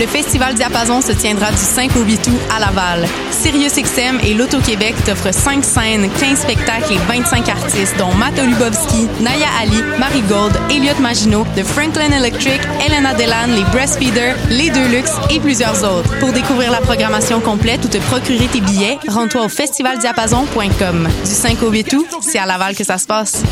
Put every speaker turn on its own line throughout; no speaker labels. Le Festival Diapason se tiendra du 5 au 8 août à Laval. SiriusXM et l'Auto-Québec t'offrent 5 scènes, 15 spectacles et 25 artistes, dont Matt Lubowski, Naya Ali, Marie Gold, Elliot Maginot, The Franklin Electric, Elena Delan, les Breastfeeders, les Deluxe et plusieurs autres. Pour découvrir la programmation complète ou te procurer tes billets, rends-toi au festivaldiapason.com. Du 5 au 8 août, c'est à Laval que ça se passe.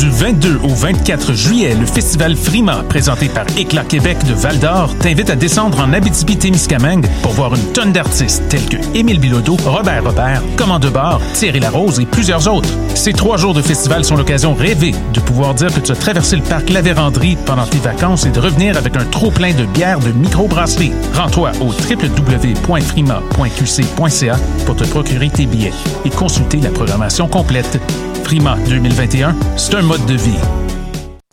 Du 22 au 24 juillet, le festival Frima, présenté par Éclat Québec de Val-d'Or, t'invite à descendre en Abitibi-Témiscamingue pour voir une tonne d'artistes tels que Émile Bilodeau, Robert Robert, Commande Bar, Thierry Larose et plusieurs autres. Ces trois jours de festival sont l'occasion rêvée de pouvoir dire que tu as traversé le parc La Vérandrie pendant tes vacances et de revenir avec un trop-plein de bières de microbrasserie. Rends-toi au www.frima.qc.ca pour te procurer tes billets et consulter la programmation complète. Frima 2021, c'est un mode de vie.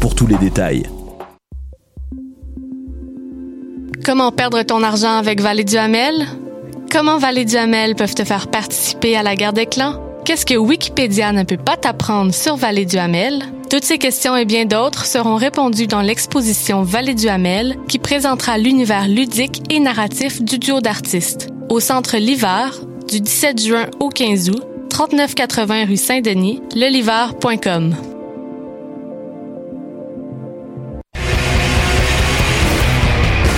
pour tous les détails.
Comment perdre ton argent avec Vallée du Hamel? Comment Vallée du Hamel peuvent te faire participer à la guerre des clans? Qu'est-ce que Wikipédia ne peut pas t'apprendre sur Vallée du Hamel? Toutes ces questions et bien d'autres seront répondues dans l'exposition Vallée du Hamel qui présentera l'univers ludique et narratif du duo d'artistes au centre L'Hiver du 17 juin au 15 août, 3980 rue Saint-Denis, leliver.com.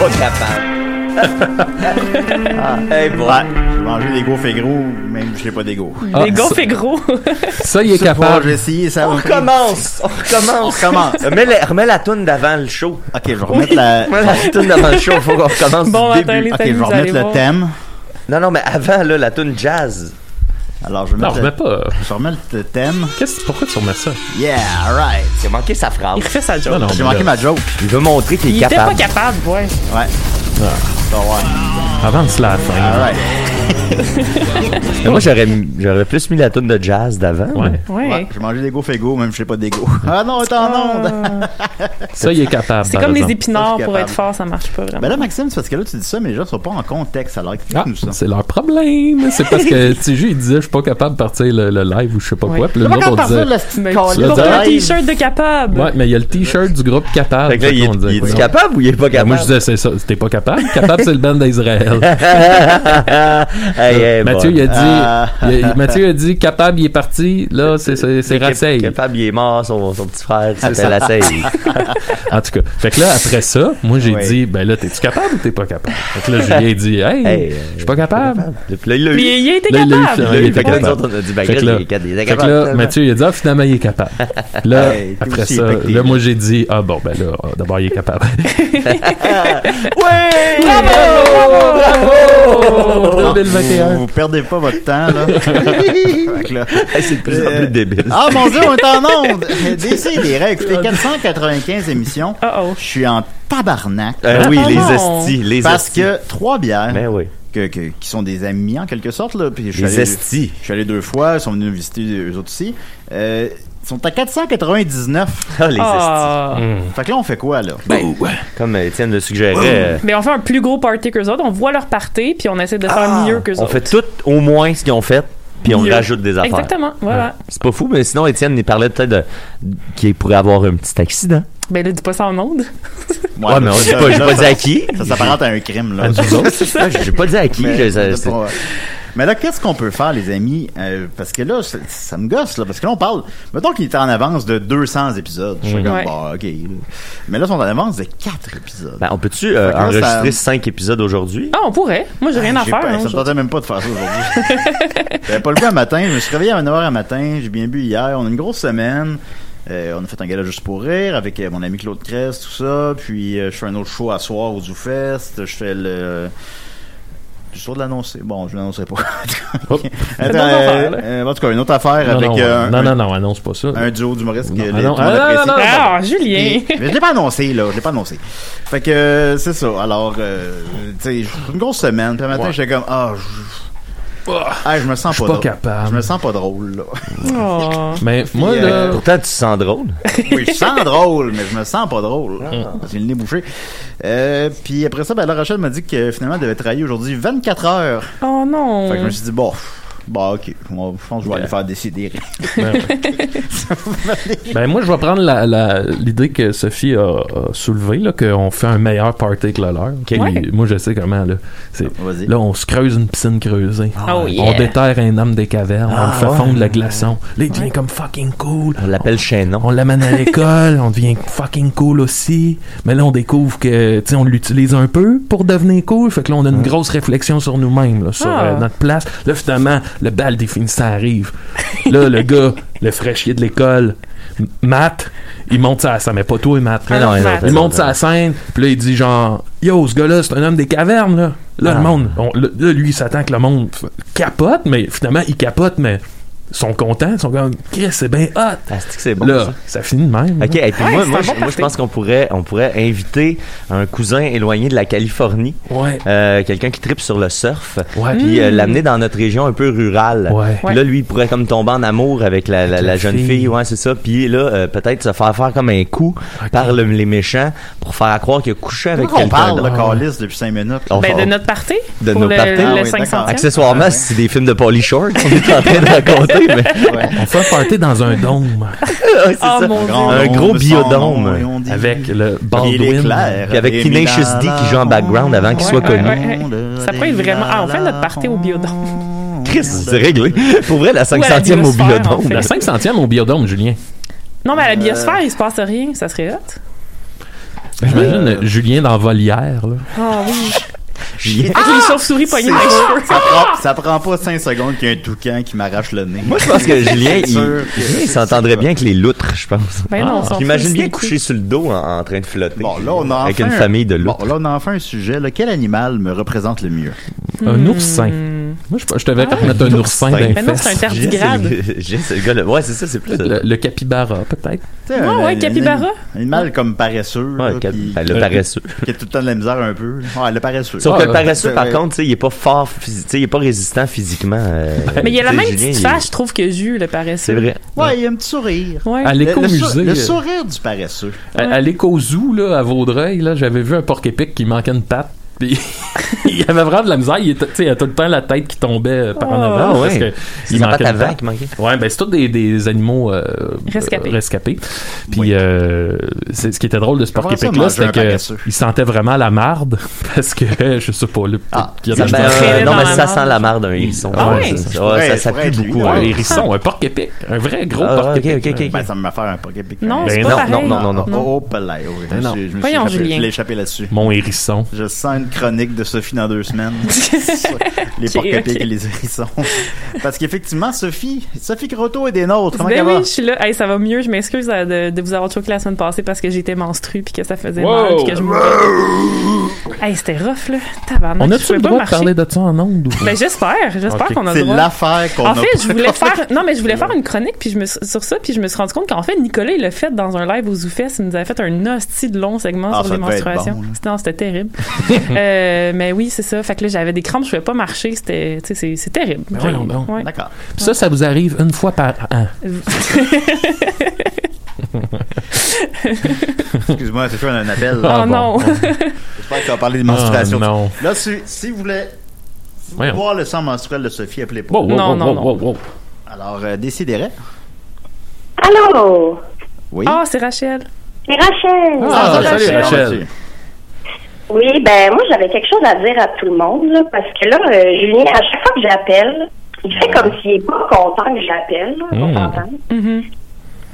Pas capable. ah, hey, bon.
Ouais, j'ai mangé des gaufres et gros, même je n'ai pas des gaufres.
Les gars, fait gros.
Ça, il est
Ce soir,
capable.
J'ai essayé, ça
On
va-
recommence, on recommence.
On recommence.
Remets la, remets la toune d'avant le show.
Ok, je vais remettre la.
Remets la toune d'avant le show, faut qu'on recommence
Bon,
du
attends,
début.
les
Ok,
amis,
je vais
vous allez
remettre le
voir.
thème.
Non, non, mais avant, là, la toune jazz.
Alors, je vais
Non,
mettre
remets
le...
pas.
je remets le thème.
Qu'est-ce- pourquoi tu remets ça?
Yeah, alright.
J'ai manqué sa phrase.
Il refait sa
Non,
job.
Ah non,
J'ai
mais
manqué
là,
ma joke.
Il veut montrer qu'il
Il
est
était pas
capable.
capable, ouais.
Ouais. Ça va, ouais.
Avance la fin.
Alright.
Mais moi, j'aurais, j'aurais plus mis la toune de jazz d'avant.
Ouais.
Ouais.
Ouais, j'ai mangé des gaufres et gros, même je n'ai pas des gaufres. Ah non, t'es en onde.
Ah.
Ça, il est capable.
C'est
par
comme les
exemple.
épinards,
Je suis
pour
capable.
être fort, ça marche pas vraiment.
Ben là, Maxime, c'est parce que là, tu dis ça, mais les gens sont pas en contexte. Alors,
Ah,
explique-nous ça.
c'est leur problème. C'est parce que TJ, il disait, je suis pas capable de partir le, le live ou je sais pas
Ouais.
quoi. Puis là, nous autres, on disait,
Mais
Colin.
porte un
Live.
t-shirt de capable.
ouais, mais il y a le t-shirt du groupe Capable.
Fait que là,
Fait
il est,
qu'on disait,
il est
non.
capable ou il est pas
Ben,
capable?
Moi, je disais, c'est ça. T'es pas capable? Capable, c'est le band d'Israël. Euh,
hey, hey,
Mathieu,
bon.
il a dit,
Ah.
il a- Mathieu a dit, capable, il est parti. Là, c'est, c'est, c'est
Ah, Cap-
Rasseil.
Capable, il est mort, son, son petit frère, c'était la seille.
En tout cas. Fait que là, après ça, moi, j'ai
Oui.
dit, ben là, t'es-tu capable ou t'es pas capable? Fait que là, Julien a dit, hey,
Hey, euh,
je suis pas capable.
Puis là, il l'a
Puis
eu.
il était
Là, il l'a eu,
capable.
finalement. il
Il
était
Fait que là, nous
capable.
autres, on a dit, ben,
Fait que là-
Greg, il est- il est
Fait que
capable.
là, Mathieu, il a dit, ah, finalement, il est capable. Là,
Hey, toi
après
aussi,
ça,
avec tes-
là, moi, j'ai dit, ah bon, ben là, euh, d'abord, il est capable.
Ouais!
Oh, Non,
2021.
Ah, Vous, vous perdez pas votre temps, là. Fait que là.
Hey, c'est de plus en
Euh,
plus débile. Ah,
Ah mon dieu, on est en onde! DC des règles, écoutez, 495 émissions.
Uh-oh.
Je suis en tabarnak.
Euh, oui,
Ah,
les
non.
estis, les
Parce
estis.
que trois bières
Ben oui.
que- que- qui sont des amis en quelque sorte, là, puis je suis
Les
allé-
estis.
je suis allé deux fois, ils sont venus nous visiter eux autres aussi. Euh, Ils sont à 499.
Ah, les estis.
Ah.
Fait que là, on fait quoi, là?
Ben, Comme euh, Étienne le suggérait, euh,
Mais on fait un plus gros party qu'eux autres, on voit leur party, puis on essaie de faire
Ah.
mieux qu'eux autres.
euh, on fait tout au moins ce qu'ils ont fait, puis on
Mieux.
rajoute des affaires.
Exactement, voilà.
C'est pas fou, mais sinon, Étienne, il parlait peut-être de- qu'il pourrait avoir un petit accident.
Ben là, dis pas ça en ondes.
Ouais, mais on dit
ça,
pas, j'ai
là,
pas
ça-
dit à qui.
Ça s'apparente à un crime, là.
À nous autres. Ah, J'ai j'ai pas dit à qui.
Mais,
je- ça-
c'est
c'est-
pas- Mais là, qu'est-ce qu'on peut faire, les amis? Euh, parce que là, ça, ça me gosse, là. Parce que là, on parle. Mettons qu'il est en avance de 200 épisodes. Je suis comme,
Ouais.
bon, OK. là. Mais là, ils sont en avance de 4 épisodes.
Ben, on peut-tu euh,
Fait que là, ça-
enregistrer cinq épisodes aujourd'hui?
Ah, on pourrait. Moi, j'ai rien à
J'ai
faire.
pas-
hein,
ça me
je-
tentait même pas de faire ça aujourd'hui. J'avais pas le goût à matin. Je me suis réveillé à 9h à matin. J'ai bien bu hier. On a une grosse semaine. Euh, on a fait un gala juste pour rire avec euh, mon ami Claude Cress, tout ça. Puis euh, je fais un autre show à soir au ZooFest. Je fais le. J'ai sûr de l'annoncer. Bon, je l'annoncerai pas.
Hop.
Attends,
Une autre
euh,
affaire, là.
euh, en tout cas, une autre affaire
Non,
avec
non,
euh,
non,
un,
non, non, annonce pas ça.
un duo d'humoristes que
Non,
les-
non,
tout le monde
non, non,
apprécie.
non, Ah, Julien!
Mais je l'ai pas annoncé, là. Je l'ai pas annoncé. Fait que, euh, c'est ça. Alors, euh, tu sais, une grosse semaine. Puis le matin, j'étais comme, ah, je- Ah, je me sens
suis
pas,
pas
drôle.
capable.
Je me sens pas drôle, là.
Oh.
Mais
Ah,
moi, là,
euh,
Pourtant, tu te sens drôle.
Oui, je sens drôle, mais je me sens pas drôle. J'ai le nez bouché. Euh, puis après ça, ben, la Rachel m'a dit que finalement, elle devait travailler aujourd'hui 24 heures.
Oh non!
Fait que je me suis dit, bon. Bah, ok. Moi, Je pense que je vais aller faire décider.
ben, moi, je vais prendre la- la- l'idée que Sophie a, a soulevée, là, qu'on fait un meilleur party que le leur. Puis
Ouais.
Moi, je sais comment, là. C'est-
Vas-y.
Là, on se creuse une piscine creusée.
Oh, yeah.
On déterre un homme des cavernes. on le fait
ouais. Ah,
fondre le glaçon. Là, il devient comme fucking cool.
On l'appelle
On
Chaînon.
l'amène à l'école, on devient fucking cool aussi. Mais là, on découvre que, tu sais, on l'utilise un peu pour devenir cool. Fait que là, on a une grosse réflexion sur nous-mêmes, là, sur
Ah.
euh, notre place. Là, finalement, le bal des finissants arrive. Là, le gars, le fraîchier de l'école, M- Matt, il monte sa scène. Mais pas toi, Matt.
Ah,
non, non,
Matt.
non,
Il
non,
monte
non.
sa scène, puis là, il dit genre, yo, ce gars-là, c'est un homme des cavernes, là. Là,
Ah.
le monde, on- là, là, lui, il s'attend que le monde f- capote, mais finalement, il capote, mais ils sont contents, ils sont comme, Chris, c'est bien hot.
Ah, c'est que c'est bon.
Là,
ça.
ça finit de même.
Ok, et puis
Ouais,
moi,
c'est
moi,
un
je,
bon
moi, je
party.
pense qu'on pourrait, on pourrait inviter un cousin éloigné de la Californie,
Ouais.
euh, quelqu'un qui tripe sur le surf,
Ouais.
puis euh, l'amener dans notre région un peu rurale.
Ouais.
Puis là, lui, il pourrait comme tomber en amour avec la, la- la
Avec la
jeune
fille.
fille. ouais, c'est ça. Puis là, euh, peut-être se faire faire comme un coup par le- les méchants pour faire à croire qu'il a couché
Avec
avec
qu'on
quelqu'un.
parle de
d'autre.
calice depuis 5 minutes. là.
On
Ben,
fait-
de notre party?
De
Pour
nos
le,
parties.
le
Ah oui,
500e?
d'accord.
Accessoirement,
Ah ouais.
c'est des films de Pauly Shore qu'on est en train de raconter, mais
Ouais.
On fait un party dans un dôme
Ouais, c'est
Oh
ça.
mon dieu!
Un
nom,
gros
sans
biodôme.
nom, et on dit-
avec le
Il est
Baldwin.
clair.
Puis avec
Et
Tenacious
Milan
D qui joue en background avant qu'il
Ouais,
soit
ouais,
connu.
ouais, ouais. Ça pourrait être vraiment. Ah, on fait notre party au biodôme.
Chris, c'est réglé. Pour vrai, la
Ou à la
500e au
biosphère,
Bilodon.
en fait.
La 500e au biodôme, Julien.
Non, mais à la biosphère, il se passe rien, ça serait hot.
J'imagine euh, Julien dans Volière. Là.
Ah oui! Ah!
J'y-
Avec les chauves-souris poignées dans les cheveux.
Ça prend, ça prend pas 5 secondes qu'il y a un toucan qui m'arrache le nez.
Moi, je pense que Julien,
C'est
il,
sûr que-
Julien, il s'entendrait bien avec les loutres, je pense.
Ben non, on s'en
J'imagine
fout,
bien
c'est
couché sur le dos en, en train de flotter.
Bon, là, on a
Avec
enfin
une
un-
famille de
Bon,
loutres.
là, on a enfin un sujet. là. Quel animal me représente le mieux?
Un oursin. Moi, je, je te vais peut-être mettre un oursin dans les
Ben non, c'est un
fesses.
Julien,
tardigrade.
c'est le- Julien, c'est le gars. là. Ouais, c'est ça, c'est plus. ça.
Le, le capybara, peut-être.
Tu sais,
Ah ouais, capybara.
Un animal comme paresseux.
Ouais,
là,
quel-
puis-
ben, le paresseux.
Qui a tout le temps de la misère un peu. Ouais, le paresseux.
Sauf que le
ouais.
paresseux, par
Ouais.
contre, tu sais, il est pas fort, phys- tu sais, il est pas résistant physiquement. euh,
Mais il y a la
tu sais,
même
Julien,
petite
il-
face, je trouve, que Jus, le
C'est
paresseux.
vrai.
Ouais, il y a un petit sourire.
Ouais. Ben
À
Le, le sou-
l'éco-musée.
le
euh,
sourire du paresseux.
à, à l'éco-zoo, là, à Vaudreuil, là, j'avais vu un porc-épic qui manquait une patte. Puis il avait vraiment de la misère. Il, était- tu sais, il a tout le temps la tête qui tombait euh, par en
Ah,
avant. parce
ouais.
que
C'est
il
sa
manquait
patte
une
avant
patte.
qui manquait.
Ouais, ben c'est tous des, des animaux euh,
Rescapés.
euh, rescapés. Puis
Oui.
euh, c'est- ce qui était drôle de ce
Comment
porc
ça,
épic là
manger un
c'était
paresseux?
qu'il sentait vraiment la marde parce que je sais pas, là,
Ah,
il y a
Ça-
des
ben,
gens-
serait
euh, non,
dans
mais
la
ça
marde.
sent la marde hein, d'un hérisson.
Ah ouais.
c'est ça.
Ouais,
Ouais, ça,
ça
ça
pourrait
pue
être lui,
beaucoup.
ouais.
un
ouais.
hérisson, un porc épic, un vrai gros euh,
Ah,
porc
ok,
épic.
ok, ok.
Ben, ça me fait faire un porc-épic.
Non, c'est
Ben
pas
non,
pareil.
non, non, non, non.
Oh, oh, palais, oui. Je me suis- je me suis
Voyons,
échappé-
Julien.
je l'ai échappé là-dessus.
Mon hérisson.
Je sens une chronique de Sophie dans deux semaines. les
Ok,
porcs épics
ok.
et les hérissons. Parce qu'effectivement, Sophie, Sophie Croteau est des nôtres. Comment
Ben
elle
oui,
va?
je suis là. Hey, ça va mieux. Je m'excuse euh, de, de vous avoir choqué la semaine passée parce que j'étais menstru puis que ça faisait mal puis que je me. Hey, c'était rough là. Tabarnak,
On
je
a-tu
pouvais
le
pas
droit de
marcher.
parler de ça en ondes ou
Ben j'espère, j'espère
Ok.
qu'on a le
C'est
droit.
l'affaire qu'on
En
a
fait, je voulais
pas-
faire non mais je voulais faire une chronique puis je me suis- sur ça puis je me suis rendu compte qu'en fait Nicolas il l'a fait dans un live aux Zoufest, il nous avait fait un hostie de long segment
Ah,
sur
ça
les
devait être
menstruations.
bon, là.
C'était- non, c'était terrible. Euh, mais oui, c'est ça. Fait que là, j'avais des crampes, je pouvais pas marcher. C'était, tu sais, c'est- c'est terrible.
Ben voyons donc.
Ouais.
D'accord.
Puis Ça, ça vous arrive une fois par an.
Excuse-moi, c'est fait un appel.
Oh Ah, bon, non. bon.
J'espère qu'on va parler de menstruation.
Ah, non.
Là, si, si vous voulez
Voyons.
voir le sang menstruel de Sophie, appelez pas.
Wow, wow, wow, wow, wow, wow.
Alors, euh, décidérez.
Allô?
Oui.
Ah, c'est Rachel.
C'est Rachel.
Ah, salut, Rachel.
Oui, ben moi j'avais quelque chose à dire à tout le monde là, parce que là, euh, Julien, à chaque fois que j'appelle, il fait comme s'il est pas content que j'appelle. là, on
Hmm.
Mm.
s'entend.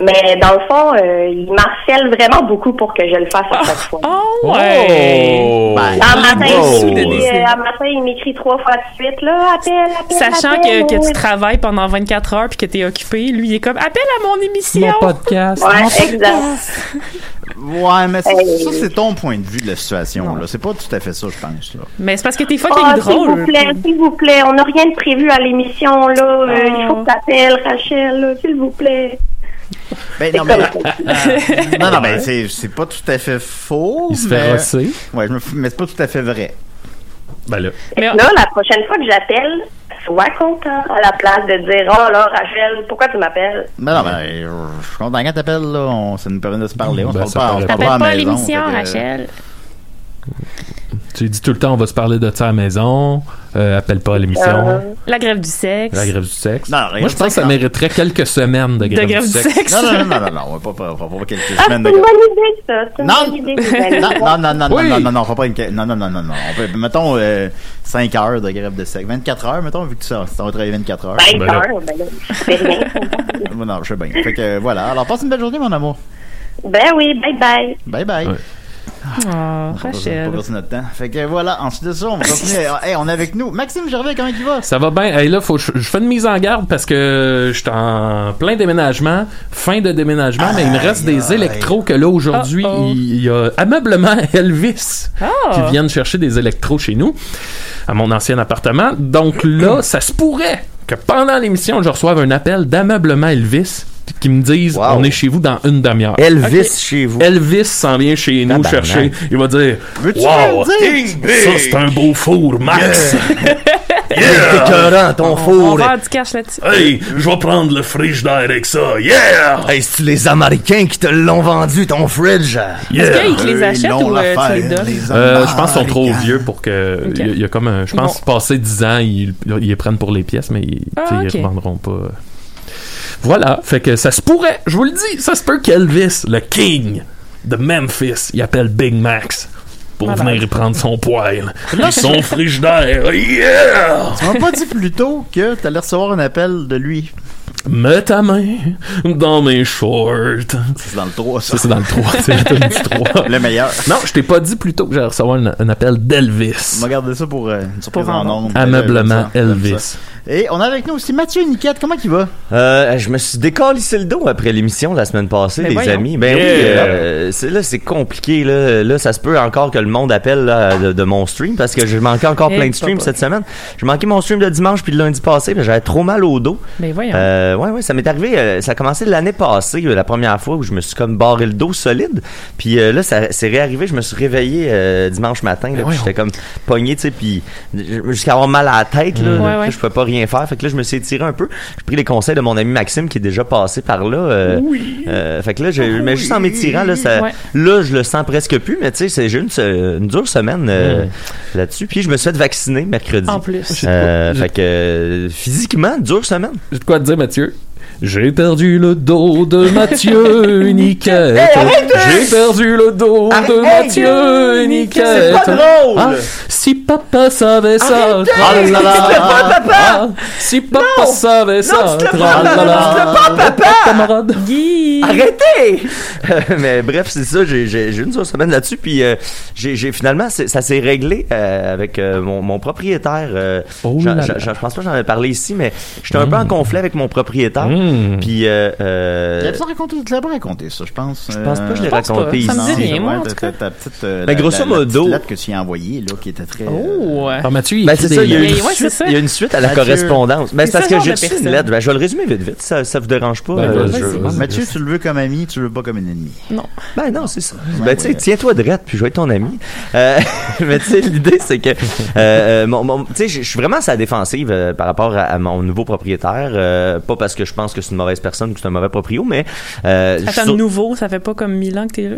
Mais dans le fond, euh, il marcelle vraiment beaucoup pour que je le fasse à chaque fois.
Oh, ouais.
Oh! Ah,
Ben, un matin, il, m'écrit, euh, un matin, il m'écrit trois fois de suite, là, appelle, appelle,
Sachant que,
appelle,
que tu
oui.
travailles pendant 24 heures puis que t'es occupé, lui, il est comme appelle à mon émission.
Mon podcast.
Ouais, exact.
Ouais, mais ça,
Hey.
ça, c'est ton point de vue de la situation. là. C'est pas tout à fait ça, je pense. là.
Mais c'est parce que t'es fucking
Ah, s'il
Oh, drôle.
vous plaît, s'il vous plaît, on n'a rien de prévu à l'émission, là. Euh, il faut que t'appelles, Rachel, là, s'il vous plaît.
Ben, non, mais, non, non, mais Ben, c'est, c'est pas tout à fait faux.
Il se
mais...
fait rosser.
Ouais, je me f- mais c'est pas tout à fait vrai.
Ben là.
Fait que là, la prochaine fois que j'appelle, sois content à la place de dire Oh là, Rachel, pourquoi tu m'appelles
Mais non, mais euh, je suis content quand t'appelles, là. On, ça nous permet de se parler. On
Ben,
se
ça
parle pas, on se parle
paraît
pas à
pas.
la
Appelle
maison. fait que- euh,
Tu dis tout le temps, on va se parler de ça à la maison. Euh, appelle pas à l'émission.
La grève du sexe.
La grève du sexe.
Non, la grève
Moi, je
du
pense que
sexe,
ça
non.
mériterait quelques semaines de grève, du sexe.
Non, non, non, non, non, non, on va pas, pas, pas, pas quelques
Ah, c'est
semaines
une
de
bonne idée, ça. C'est une
Non.
bonne idée, vous allez
Non,
voir.
non, non, non,
Oui.
non, non, non, faut pas une... Non, non, non, non, non. On peut, mettons, 5 heures de grève de sec. 24 heures, mettons, vu que ça, ça va travailler 24 heures.
Ben, heures, ben là, c'est rien.
Ben non, je sais bien. Fait que euh, voilà. Alors, passe une belle journée, mon amour.
Ben oui, bye bye.
Bye bye.
Oh,
On va pas
Rachel.
passer notre temps. Fait que voilà, ensuite de ça, on va continuer. hey, on est avec nous. Maxime Gervais, comment il va?
Ça va bien. Hey, là, faut, que je, je fais une mise en garde parce que je suis en plein déménagement, fin de déménagement, mais il me reste des électros que là, aujourd'hui, il il y a ameublement Elvis qui viennent chercher des électros chez nous, à mon ancien appartement. Donc là, ça se pourrait que pendant l'émission, je reçoive un appel d'ameublement Elvis qui me disent on est chez vous dans une demi-heure.
Elvis
Ok. Ah.
chez vous.
Elvis s'en vient chez nous
Tabarnak.
chercher. Il va dire
Veux-tu me
Wow,
le dire?
ça c'est un beau four, Max.
Euh,
T'es écœurant, ton
On
four.
va avoir du cash là-dessus.
Hey, je vais prendre le fridge d'air avec ça. Yeah! Hey, c'est-tu les Américains qui te l'ont vendu, ton fridge?
Est-ce qu'ils te les achètent ou euh, tu les donnes?
Euh,
Ah,
je pense qu'ils sont trop
Ah,
vieux pour que. Il y a- il y, a comme un- Je
Ils
pense
vont-
passer 10 ans, ils, ils les prennent pour les pièces, mais ils,
Ah,
tu sais, ils
ok.
revendront pas. Voilà, fait que ça se pourrait, je vous le dis, ça se peut qu'Elvis, le king de Memphis, il appelle Big Max pour
Malade.
venir y prendre son poêle et son frigidaire. Yeah!
Tu m'as pas dit plus tôt que t'allais recevoir un appel de lui.
Mets ta main dans mes shorts.
C'est dans le 3, ça.
Ça, c'est dans le 3, c'est la tune du 3.
Le meilleur.
Non, je t'ai pas dit plus tôt que j'allais recevoir un, un appel d'Elvis.
On va garder ça pour euh, une surprise
Pour
en
en
nombre.
Ameublement Elvis.
Et on a avec nous aussi Mathieu Niquette. Comment il va?
Euh, je me suis décalissé le dos après l'émission la semaine passée,
Mais
les
voyons.
amis. Ben oui,
Yeah.
euh, c'est, là, c'est compliqué. Là. là, ça se peut encore que le monde appelle là, de, de mon stream parce que j'ai manqué encore
Eh,
plein de streams
papa.
cette semaine. J'ai manqué mon stream de dimanche puis de lundi passé, mais j'avais trop mal au dos.
Mais Ben voyons.
Euh, ouais, ouais, ça m'est arrivé. euh, ça a commencé l'année passée, euh, la première fois où je me suis comme barré le dos solide. Puis euh, là, ça c'est réarrivé. Je me suis réveillé euh, dimanche matin.
Ben
Là, puis j'étais comme pogné, tu sais, puis j- jusqu'à avoir mal à la tête. Là,
Mm.
Là,
Ouais, ouais.
Je pouvais pas rien faire. Fait que là, je me suis étiré un peu. J'ai pris les conseils de mon ami Maxime qui est déjà passé par là. euh, euh, fait que là, je, mais juste en m'étirant, là, ça,
Ouais.
là, je le sens presque plus. Mais tu sais, c'est- j'ai eu une, se- une dure semaine euh, là-dessus. Puis je me suis fait vacciner mercredi.
En plus.
Euh, fait que euh, physiquement, dure semaine.
J'ai de quoi te dire, Mathieu. J'ai perdu le dos de Mathieu Niquette. J'ai perdu le dos de Mathieu Niquette.
C'est pas drôle.
Ah, si papa savait ça.
Arrêtez. Tu te le prends, papa.
Ah, Si papa savait ça.
tu te le prends, papa. Tu te le prends, papa.
Camarade.
Arrêtez! Euh, mais bref, c'est ça, j'ai j'ai- j'ai eu une seule semaine là-dessus, puis euh, j'ai j'ai- finalement, c'est- ça s'est réglé euh, avec euh, mon, mon propriétaire. euh, j'en-
Oh là
j'en-
là. Mm.
j'en- Je pense pas que j'en avais parlé ici, mais j'étais un peu en conflit avec mon propriétaire, puis... euh, euh,
Tu raconté, tu l'as pas raconté, ça, je pense. Je
pense pas que je l'ai raconté ici. Ça me dit rien, moi, en tout cas.
Ta petite, euh,
Ben,
la-
grosso
la- la petite
modo-
lettre que tu y as envoyée, là, qui était très. euh,
Oh.
Ah, Mathieu, il
Ben,
écrit
c'est
des
ça, il y, a
lettres.
une
ouais, c'est
suite,
ça.
il y a une suite à la
Mathieu.
correspondance. Ben, c'est
C'est
parce
ce
que
genre
j'ai
de
reçu une
personne.
lettre. Ben, je vais le résumer vite, vite, si ça, ça vous dérange pas.
Ben,
euh,
vas-y,
je-
vas-y.
Mathieu, tu le veux comme ami, tu le veux pas comme un ennemi.
Non.
Ben non, c'est ça. Ben, tu sais, tiens-toi drette, puis je vais être ton ami. Euh, mais tu sais, l'idée, c'est que, euh, euh, mon, mon- tu sais, je je suis vraiment à la défensive euh, par rapport à, à mon nouveau propriétaire. euh, pas parce que je pense que c'est une mauvaise personne ou que c'est un mauvais proprio, mais. euh, je suis
Attends,
sur-
nouveau, ça fait pas comme mille ans que t'es là?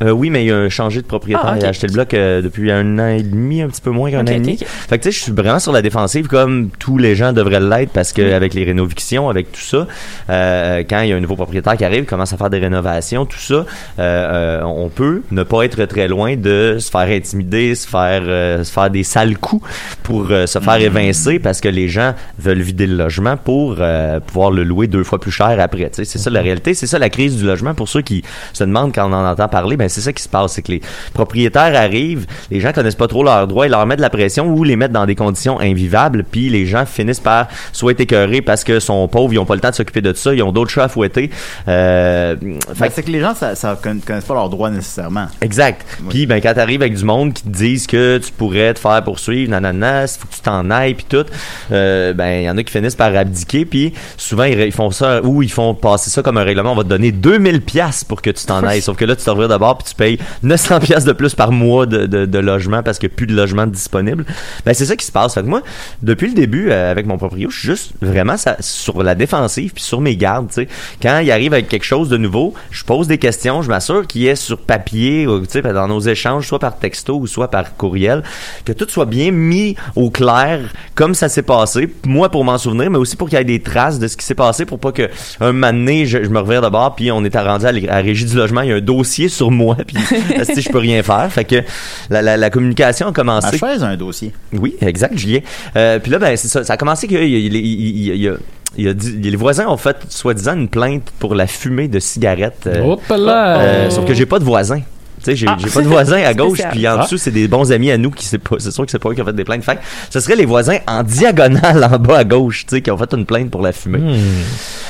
euh, oui, mais il a changé de propriétaire.
Ah, ok.
Il a acheté le bloc euh, depuis un an et demi, un petit peu moins qu'un
Ok,
an et
ok,
demi.
ok.
Fait que tu sais, je suis vraiment sur la défensive comme tous les gens devraient l'être parce
Mm.
que avec les rénovations, avec tout ça, euh, quand il y a un nouveau propriétaire qui arrive, commence à faire des rénovations, tout ça, euh, euh, on peut ne pas être très loin de se faire intimider, se faire, euh, se faire des sales coups pour euh, se
Mm.
faire évincer parce que les gens veulent vider le logement pour euh, pouvoir le louer deux fois plus cher après. tu sais. C'est ça la réalité, c'est ça la crise du logement. Pour ceux qui se demandent quand on en entend parler, ben c'est ça qui se passe, c'est que les propriétaires arrivent, les gens connaissent pas trop leurs droits, ils leur mettent de la pression ou les mettent dans des conditions invivables, puis les gens finissent par soit être écœurés parce que sont pauvres, ils ont pas le temps de s'occuper de ça, ils ont d'autres chats à fouetter. Euh,
Ben,
fait que-
c'est que les gens, ça, ça conna- connaissent pas leurs droits nécessairement.
Exact. Puis ben quand t'arrives avec du monde qui te disent que tu pourrais te faire poursuivre, nanana, faut que tu t'en ailles puis tout, euh, ben il y en a qui finissent par abdiquer puis souvent ils, ré- ils font ça ou ils font passer ça comme un règlement, on va te donner 2000 pièces pour que tu t'en ailles, sauf que là tu te reviens d'abord puis tu payes 900 pièces de plus par mois de, de, de logement parce qu'il y a plus de logement disponible. Ben c'est ça qui se passe. Fait que moi depuis le début euh, avec mon proprio, je suis juste vraiment ça- sur la défensive puis sur mes gardes, tu sais. Quand il arrive avec quelque chose de nouveau, je pose des questions, je m'assure qu'il est sur papier, ou, tu sais, dans nos échanges, soit par texto ou soit par courriel, que tout soit bien mis au clair, comme ça s'est passé, moi pour m'en souvenir, mais aussi pour qu'il y ait des traces de ce qui s'est passé, pour pas que un moment donné, je, je me reviens d'abord, puis on est rendu à, la- à la Régie du logement, il y a un dossier sur moi, puis parce que, tu sais, je peux rien faire. Fait que la, la- la communication a commencé.
Ma chaise a un dossier.
Oui, exact, Julien. Euh, puis là, ben, c'est ça. Ça a commencé que il y a- il y a- il y a- il y a- il y a dit- les voisins ont fait soi-disant une plainte pour la fumée de cigarettes. euh,
Hop là!
euh, sauf que j'ai pas de voisins. Tu sais, j'ai
Oh. Ah.
j'ai pas de voisins à gauche,
Spécial.
puis en
Ah.
dessous, c'est des bons amis à nous qui c'est pas, c'est sûr que c'est pas eux qui ont fait des plaintes. Fait que ce serait les voisins en diagonale en bas à gauche, tu sais, qui ont fait une plainte pour la fumée.
Hmm.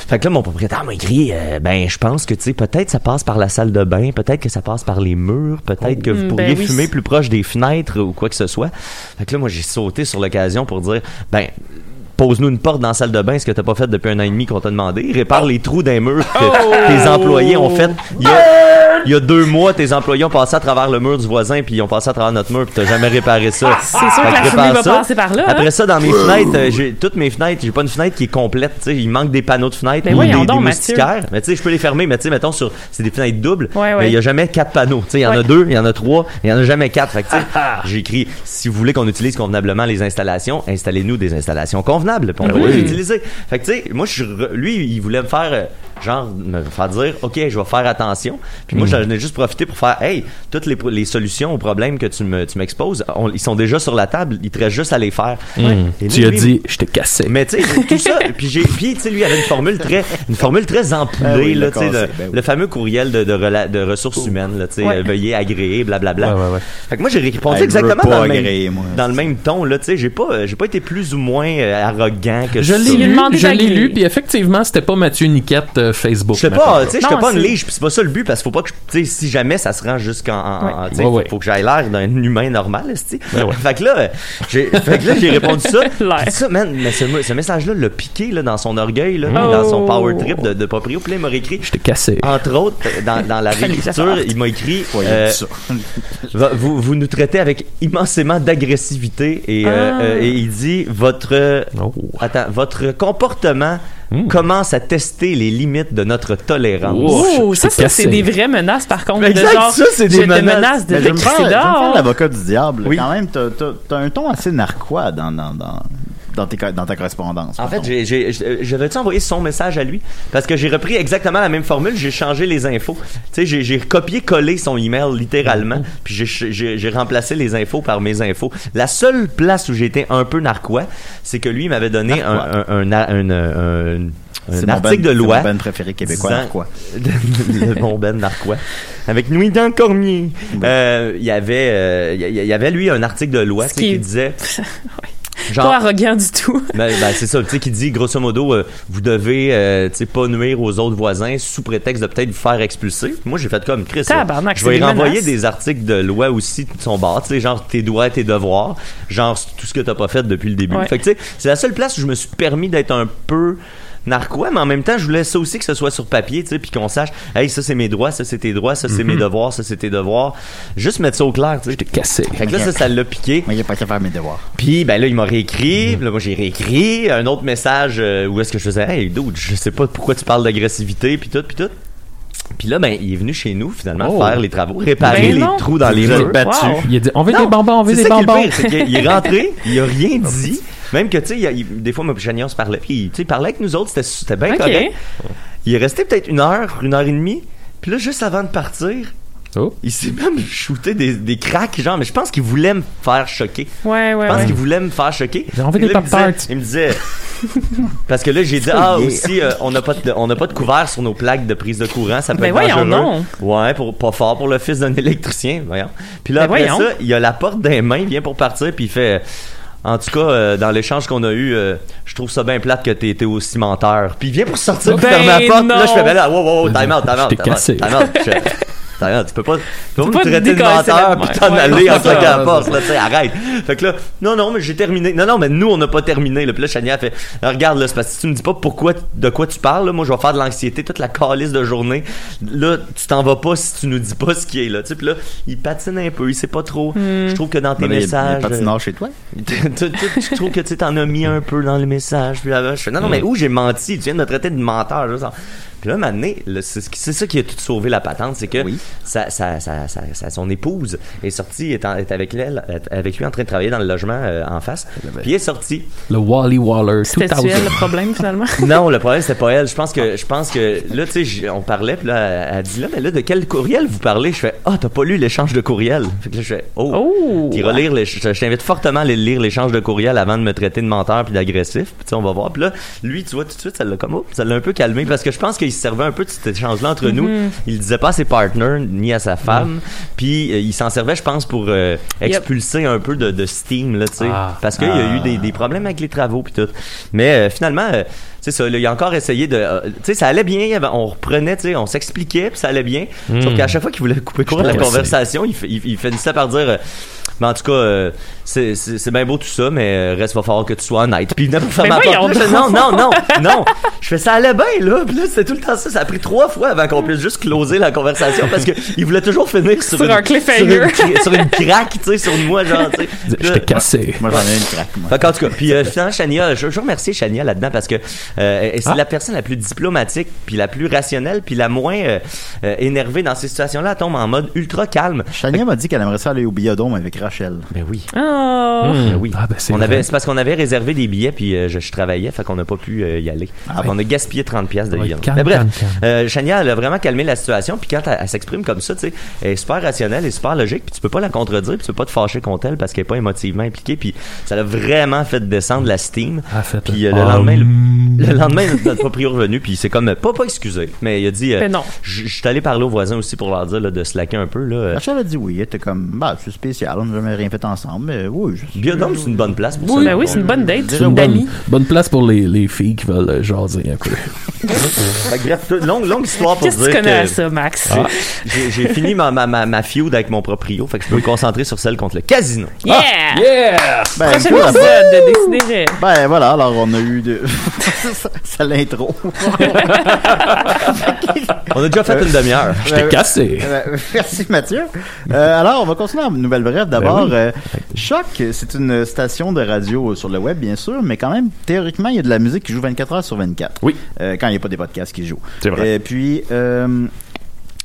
Fait que là, mon propriétaire m'a écrit, euh, ben, je pense que, tu sais, peut-être ça passe par la salle de bain, peut-être que ça passe par les murs, peut-être que vous
Mm, ben
pourriez
oui,
fumer
c'est-
plus proche des fenêtres ou quoi que ce soit. Fait que là, moi, j'ai sauté sur l'occasion pour dire, ben, Pose-nous une porte dans la salle de bain, ce que t'as pas fait depuis un an et demi qu'on t'a demandé. Répare les trous d'un mur que
Oh!
tes employés ont fait. Il y, a, il y a deux mois, tes employés ont passé à travers le mur du voisin, puis ils ont passé à travers notre mur, puis t'as jamais réparé ça.
Ah, C'est sûr
Fait
que la
répare
fumée va
Ah, ça.
passer par là, hein?
Après ça, dans mes fenêtres, euh, j'ai toutes mes fenêtres, j'ai pas une fenêtre qui est complète. tu sais, Il manque des panneaux de fenêtres,
Ben
ou des,
voyons
des
donc, Mathieu.
moustiquaires. Mais tu sais, je peux les fermer, mais tu sais, mettons, sur, c'est des fenêtres doubles,
Ouais, ouais.
mais il y a jamais quatre panneaux. Tu sais, il y en a deux, il y en a trois, il y en a jamais quatre. Fait que, tu sais,
Ah,
j'ai écrit, si vous voulez qu'on utilise convenablement les installations, installez-nous des installations convenables, puis on va
Mhm.
Ben oui.
les utiliser. Fait que, tu sais, moi, je, suis re- lui, il voulait me faire, euh, genre, me faire dire, OK, je vais faire attention. Puis moi,
Mhm.
Mm.
j'en ai juste profité pour faire, hey, toutes les, les solutions aux problèmes que tu me- tu m'exposes, on- ils sont déjà sur la table, il te reste juste à les faire.
Mm.
Et
Tu
lui,
as
lui,
dit, je t'ai cassé.
mais tu sais, tout ça. Puis, j'ai- puis, tu sais, lui avait une formule très, une formule très ampoulée,
Ben oui,
là,
le
tu sais, le,
cassé, ben oui.
le fameux courriel de, de, rela- de ressources humaines, là, tu sais,
Ouais.
euh, veuillez agréer, blablabla.
Ouais, ouais, ouais.
Fait que moi, j'ai
Ah,
répondu
il
exactement
veut pas
dans, le
agréer,
même, dans le même ton, là, tu sais, j'ai pas, euh, j'ai pas été plus ou moins euh, arrogant que
Je
ça.
l'ai lu, je l'ai lu, puis effectivement, c'était pas Mathieu Niquette euh, Facebook.
Je sais
mettons.
pas, tu sais, je pas une lige, puis c'est pas ça le but, parce qu'il faut pas que, je- tu sais, si jamais ça se rend jusqu'en, en- en- tu sais,
Ouais, ouais.
faut que j'aille l'air d'un humain normal, tu sais.
Ouais, ouais.
Fait que là, euh, j'ai, fait que là, j'ai répondu ça. Puis ça, man, mais ce, ce message-là l'a piqué, là, dans son orgueil, là,
Oh.
dans son power trip de, de proprio, puis là, il m'a réécrit.
Je t'ai cassé.
Entre autres, dans, dans la réécriture, il m'a écrit,
il a
euh,
dit ça.
Va- vous, vous nous traitez avec immensément d'agressivité et, euh,
Ah.
euh, et il dit votre
Oh,
attends, votre comportement
Hmm.
commence à tester les limites de notre tolérance.
Oh, ça, ça, c'est des vraies menaces, par contre.
Mais
de
exact,
genre,
ça, c'est des
je te
menaces.
menace de
Mais je vais
te
me faire, je
crisser
vais me faire
dehors.
l'avocat du diable.
Oui.
Quand même, t'as, t'as- t'as un ton assez narquois dans, dans, dans, dans, tes co- dans ta correspondance.
En fait, j'ai- j'ai- j'ai- j'avais-tu envoyé son message à lui? Parce que j'ai repris exactement la même formule, j'ai changé les infos. Tu sais, j'ai- j'ai copié-collé son email
Hmm.
littéralement, puis j'ai- j'ai j'ai remplacé les infos par mes infos. La seule place où j'étais un peu narquois, c'est que lui il m'avait donné un, un, un, un- un- un- un
C'est mon
article
ben-
de
c'est
loi.
mon ben préféré québécois,
disant-
narquois.
le bon Ben narquois. Avec Nouidan Cormier. Euh, Il y avait, euh, il y- il y avait, lui, un article de loi tu sais,
qui
qui
est-
disait...
Pas arrogant du tout.
Ben, ben, c'est ça, tu sais, qui dit grosso modo, euh, vous devez, euh, tu sais, pas nuire aux autres voisins sous prétexte de peut-être vous faire expulser. Moi, j'ai fait comme Chris. euh,
Tabarnak,
je
c'est
vais y
des
renvoyer
menaces.
des articles de loi aussi de son bord, tu sais, genre tes droits, tes devoirs, genre tout ce que t'as pas fait depuis le début.
Ouais.
Fait que, tu sais, c'est la seule place où je me suis permis d'être un peu narquois, mais en même temps, je voulais ça aussi que ce soit sur papier, tu sais, puis qu'on sache, hey, ça c'est mes droits, ça c'est tes droits, ça c'est
Mhm.
mes
Mm-hmm.
devoirs, ça c'est tes devoirs. Juste mettre ça au clair, tu sais. Je
cassé.
Fait que là, ça, ça l'a piqué.
Moi, j'ai pas faire mes devoirs.
Puis, ben là, il m'a réécrit. Puis Là, moi, j'ai réécrit. Un autre message euh, où est-ce que je faisais Hey, dude, je sais pas pourquoi tu parles d'agressivité, puis tout, puis tout. Puis là, ben, il est venu chez nous, finalement,
Oh.
faire les travaux, réparer
Ben
les
non.
trous dans
Vous
les
vous êtes
murs.
battus. Wow. Il a dit, On veut
Non,
des bonbons, on veut
c'est
des
ça qui est le
bonbons.
pire, c'est qu'il- il est rentré, il a rien dit. Même que, tu sais, il a- il- des fois, mon chagnon se parlait. Puis, tu sais, il parlait avec nous autres, c'était- c'était bien
Ok.
correct. Il est resté peut-être une heure, une heure et demie. Puis là, juste avant de partir,
Oh,
il s'est même shooté des, des cracks, genre, mais je pense qu'il voulait me faire choquer.
Ouais, ouais,
Je pense
ouais.
qu'il voulait me faire choquer.
On veut
Et
des
là, il me
Pop-Tarts.
disait- Il me disait. Parce que là, j'ai dit, ah,
Yeah.
aussi, euh, on n'a pas, de- on n'a pas de couvert sur nos plaques de prise de courant, ça peut
Ben
être
voyons
dangereux.
donc.
Ouais, pour, pas fort pour le fils d'un électricien, voyons. Puis là,
Ben
après
voyons.
ça, il a la porte des mains, il vient pour partir, puis il fait. En tout cas, euh, dans l'échange qu'on a eu, euh, je trouve ça bien plate que t'aies été aussi menteur. Puis il vient pour sortir, puis
Ben
fermer la porte. Là, je fais,
non.
ben là, wow, wow, wow, time out, time
Je
out,
t'ai
time out,
cassé.
time out. Je fais, Time out, tu peux pas, tu peux
Tu
pas me
peux
traiter de
décasser la-
menteur, puis t'en
Ouais.
aller en
C'est ça,
claquant la
c'est
porte,
ça.
là, tu sais, arrête. Fait que là, non, non, mais j'ai terminé. Non, non, mais nous, on n'a pas terminé. Là. Puis là, Chania fait, Ah, regarde, là, c'est parce que si tu me dis pas pourquoi, de quoi tu parles, là, moi, je vais faire de l'anxiété toute la calice de journée. Là, tu t'en vas pas si tu nous dis pas ce qui est, là. Tu sais, puis là, il patine un peu, il sait pas trop.
Hmm.
Je trouve que dans tes
Non, mais il y a-
messages.
il y a patineur
euh,
chez toi?
tu- tu- tu- Je trouve que tu sais, t'en as mis un peu dans le message. Puis là, je fais, non, non, mais où j'ai menti? Tu viens de me traiter de menteur. là, ça. Puis là, maintenant, c'est ce qui- c'est ça qui a tout sauvé la patente, c'est que sa- sa- sa- sa- sa- son épouse est sortie, est, en- est avec, elle, est avec lui en train de travailler dans le logement euh, en face. Puis elle est sortie.
Le Wally Waller
C'était-tu
2000.
elle le problème, finalement?
Non, le problème, c'était pas elle. Je pense que, je pense que là, tu sais, j- on parlait, puis là, elle- elle dit, là, mais là, de quel courriel vous parlez? Je fais, ah, t'as pas lu l'échange de courriel. Fait que là, je fais, oh. Puis relire les- je je t'invite fortement à aller lire l'échange de courriel avant de me traiter de menteur puis d'agressif. Puis tu sais, on va voir. Puis là, lui, tu vois, tout de suite, ça l'a comme, oh, ça l'a un peu calmé parce que je pense qu'il se servait un peu de cet échange-là entre nous.
Mhm.
Il le disait pas à ses partners ni à sa femme. Puis euh, il s'en servait, je pense, pour euh,
Mm-hmm. Yep.
expulser un peu de, de steam, là, tu sais.
Ah.
parce qu'il y a
Ah.
eu des, des problèmes avec les travaux puis tout. Mais euh, finalement, euh, c'est ça, là, il a encore essayé de. euh, tu sais, ça allait bien, il y avait- on reprenait, tu sais, on s'expliquait, puis ça allait bien.
Mm.
Sauf qu'à chaque fois qu'il voulait couper court à la
Je pense que
conversation, il, fait- il, il finissait par dire. euh, mais en tout cas, euh, c'est- c'est c'est bien beau tout ça, mais euh, reste, va falloir que tu sois honnête. Puis il venait pour faire
Mais
ma
voyons
porte. Là, je fais, Non,
donc.
non, non, non. Je fais ça allait bien, là. Puis là, c'était tout le temps ça. Ça a pris trois fois avant qu'on puisse juste closer la conversation parce qu'il voulait toujours finir sur,
Sur
une,
un cliffhanger.
Sur une, cra- sur une craque, tu sais, sur moi, genre, tu sais. Puis là-
cassé.
Moi, j'en ai une craque. moi.
fait qu'en tout cas, puis euh, finalement, Chania, je, je remercie Chania là-dedans parce que euh, c'est la personne la plus diplomatique, puis la plus rationnelle, puis la moins euh, euh, énervée dans ces situations-là. Elle tombe en mode ultra calme.
Chania m'a dit qu'elle aimerait ça aller au biodôme avec Rachel.
Ben oui.
Ah.
Oh.
Ben oui.
Hmm. c'est
on
vrai.
avait, c'est parce qu'on avait réservé des billets puis euh, je, je travaillais, fait qu'on n'a pas pu euh, y aller. Fait qu'on a gaspillé 30 pièces de
Ah, Ouais,
viande.
calme,
Mais bref,
calme, calme.
euh, Chania, elle a vraiment calmé la situation puis quand elle, elle s'exprime comme ça, tu sais, elle est super rationnelle et super logique puis tu peux pas la contredire, puis tu peux pas te fâcher contre elle parce qu'elle est pas émotivement impliquée puis ça l'a vraiment fait descendre la steam. Puis euh, le
Ah,
lendemain, le- le lendemain, notre proprio est revenu, puis c'est comme, euh, pas, pas excusé, mais il a dit, euh,
Mais non.
je je suis allé parler aux voisins aussi pour leur dire là, de slacker un peu. Là,
Ah,
euh,
Rachel a dit oui. Elle était comme, bah, c'est spécial, on n'a jamais rien fait ensemble, mais oui. je-
Biodôme, c'est une bonne place pour
Oui.
ça.
Ben oui, c'est une bonne date,
Déjà,
d'amis.
Bonne place pour les, les filles qui veulent euh, jaser un peu.
Fait que bref, tout- longue, longue histoire pour
Qu'est-ce que
dire
tu connais
que
à ça, Max?
Ah. J'ai j'ai fini ma, ma, ma, ma feud avec mon proprio, fait que je peux me concentrer sur celle contre le casino.
Yeah!
Ah. yeah!
Ben,
Prochain
cool.
épisode de Décidérez.
Ben voilà, alors on a eu de. ça, ça l'intro.
On a déjà fait une demi-heure.
Je t'ai cassé. Euh, Merci Mathieu. Euh, alors, on va continuer en nouvelle brève. D'abord,
Ben oui.
euh, Choc, c'est une station de radio sur le web, bien sûr, mais quand même, théoriquement, il y a de la musique qui joue 24 heures sur 24.
Oui.
Euh, quand il n'y a pas des podcasts qui jouent.
C'est vrai.
Et puis, euh,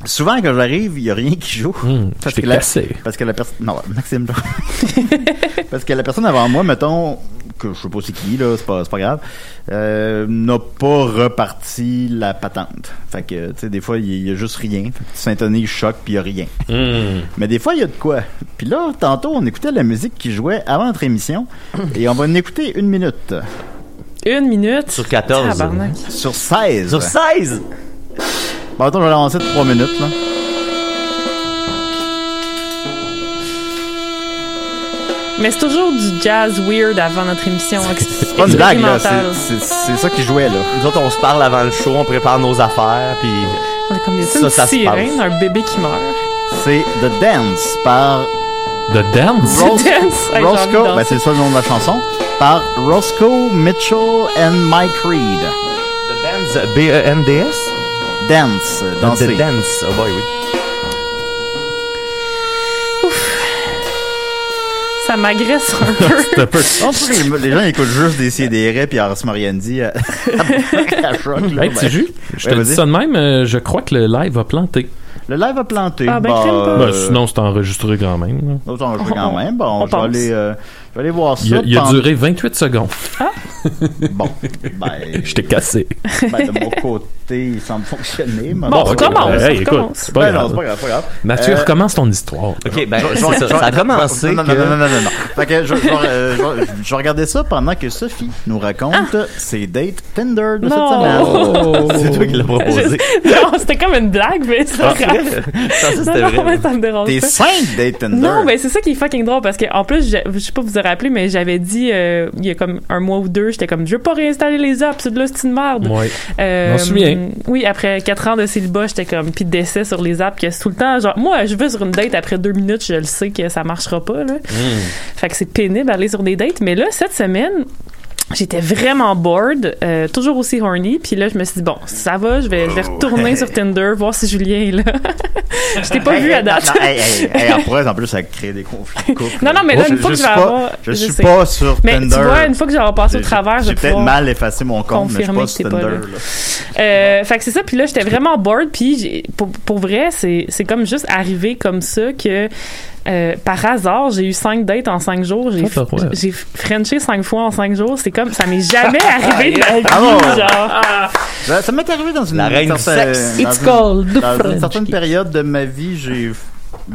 souvent, quand j'arrive, il n'y a rien qui joue. parce,
Hmm, je t'ai
que la,
cassé.
parce que la personne. Non, Maxime. parce que la personne avant moi, mettons, que je sais pas c'est qui, là, c'est pas, c'est pas grave, euh, n'a pas reparti la patente. Fait que, tu sais, des fois, il y- il y, a juste rien. Fait que tu syntonises choc, puis il y a rien.
Hmm.
Mais des fois, il y a de quoi. Puis là, tantôt, on écoutait la musique qui jouait avant notre émission, et on va en écouter une minute.
Une minute. Sur
14.
Tabarnak.
Sur 16.
Sur 16!
Bon, attends, je vais l'avancer de 3 minutes, là.
Mais c'est toujours du jazz weird avant notre émission. C'est
pas une blague, là. C'est- C'est c'est ça qui jouait, là.
Nous autres, on se parle avant le show, on prépare nos affaires, puis
On est comme des
ça, ça se
sirènes,
passe.
un bébé qui meurt.
C'est The Dance par
The Dance?
Ros-
The Dance. Hey, j'ai envie de
Roscoe,
danser.
ben, c'est ça le nom de la chanson, par Roscoe Mitchell and Mike Reed.
The Dance, B-E-N-D-S?
Dance, euh,
danser.
danser.
dance, oh boy, oui.
Ça m'agresse un peu.
un peu. les gens écoutent juste des CDR puis Ars Moriandi à, à, à choc. là.
Hey,
Ben,
Tiju, je te
ouais,
dis
vas-y.
ça de même, euh, je crois que le live a planté.
Le live a planté.
Ah, ben,
Bah,
crime pas.
euh,
Ben, sinon, c'est enregistré quand même. là.
Autant jouer quand
On-
même. Bon,
on
je vais,
pense.
aller, euh, je vais aller voir ça.
Il a, il a
Pendant-
duré 28 secondes.
Bon, ben,
Je t'ai cassé. Ah,
ben, de mon côté, il semble fonctionner. mais-
Bon, on recommence,
Ben,
on
écoute,
recommence.
c'est pas grave, c'est pas grave, c'est pas grave.
Mathieu,
Euh,
recommence ton histoire.
Ok, ben,
Je
c'est
vais- je vais-
ça,
je vais-
ça a commencé
Non, non, non,
que-
non, non, non, non. Fait que je, je, vais- euh, je vais- je vais regarder ça pendant que Sophie nous raconte ses dates Tinder de
Ah!
cette
Non. Oh.
semaine.
C'est toi qui l'as proposé. Non, c'était comme une blague, mais c'est pas
Ah.
grave.
pensais que
Non,
c'était
non,
vrai.
mais ça me dérange
Tes
pas.
cinq dates Tinder.
Non, mais c'est ça qui est fucking drôle parce que en plus, je, je sais pas vous aurez rappelé, mais j'avais dit euh, il y a comme un mois ou deux, j'étais comme je veux pas réinstaller les apps, c'est de la c'est une merde.
Ouais. M'en souviens.
Euh, Oui, après quatre ans de célibat, j'étais comme puis d'essai sur les apps que c'est tout le temps genre moi je vais sur une date après deux minutes, je le sais que ça marchera pas là.
Hmm.
Fait que c'est pénible d'aller sur des dates. Mais là, cette semaine, j'étais vraiment bored, euh, toujours aussi horny. Puis là, je me suis dit, bon, ça va, je vais, je vais
Oh.
retourner sur Tinder, voir si Julien est là. je t'ai pas
Hey,
vu
hey,
à date.
Non, non, hey, hey, hey, après, en plus, ça crée des conflits de couple.
Non, non, mais là,
Je-
une fois
je
que je
suis
vais
pas-
avoir.
Je suis
sais.
pas sur
Mais
Tinder.
tu vois, une fois que j'aurai passé au
J'ai-
travers, je
J'ai
vais
peut-être
pouvoir
mal effacé mon compte, mais je suis
confirmer
pas
que
sur
t'es pas
Tinder.
là.
là.
Euh, fait que c'est ça. Puis là, j'étais vraiment bored. Puis j'ai- pour, pour vrai, c'est c'est comme juste arrivé comme ça que euh, par hasard, j'ai eu cinq dates en cinq jours. J'ai
Ah, bah ouais.
j'ai frenché cinq fois en cinq jours. C'est comme ça m'est jamais arrivé de ma vie.
Bravo.
genre.
Ah, Ben, Ça, ça m'est arrivé dans une
La reine du
certaine,
sexe.
dans
It's
une-
called the
dans une
French
certaine période de ma vie, j'ai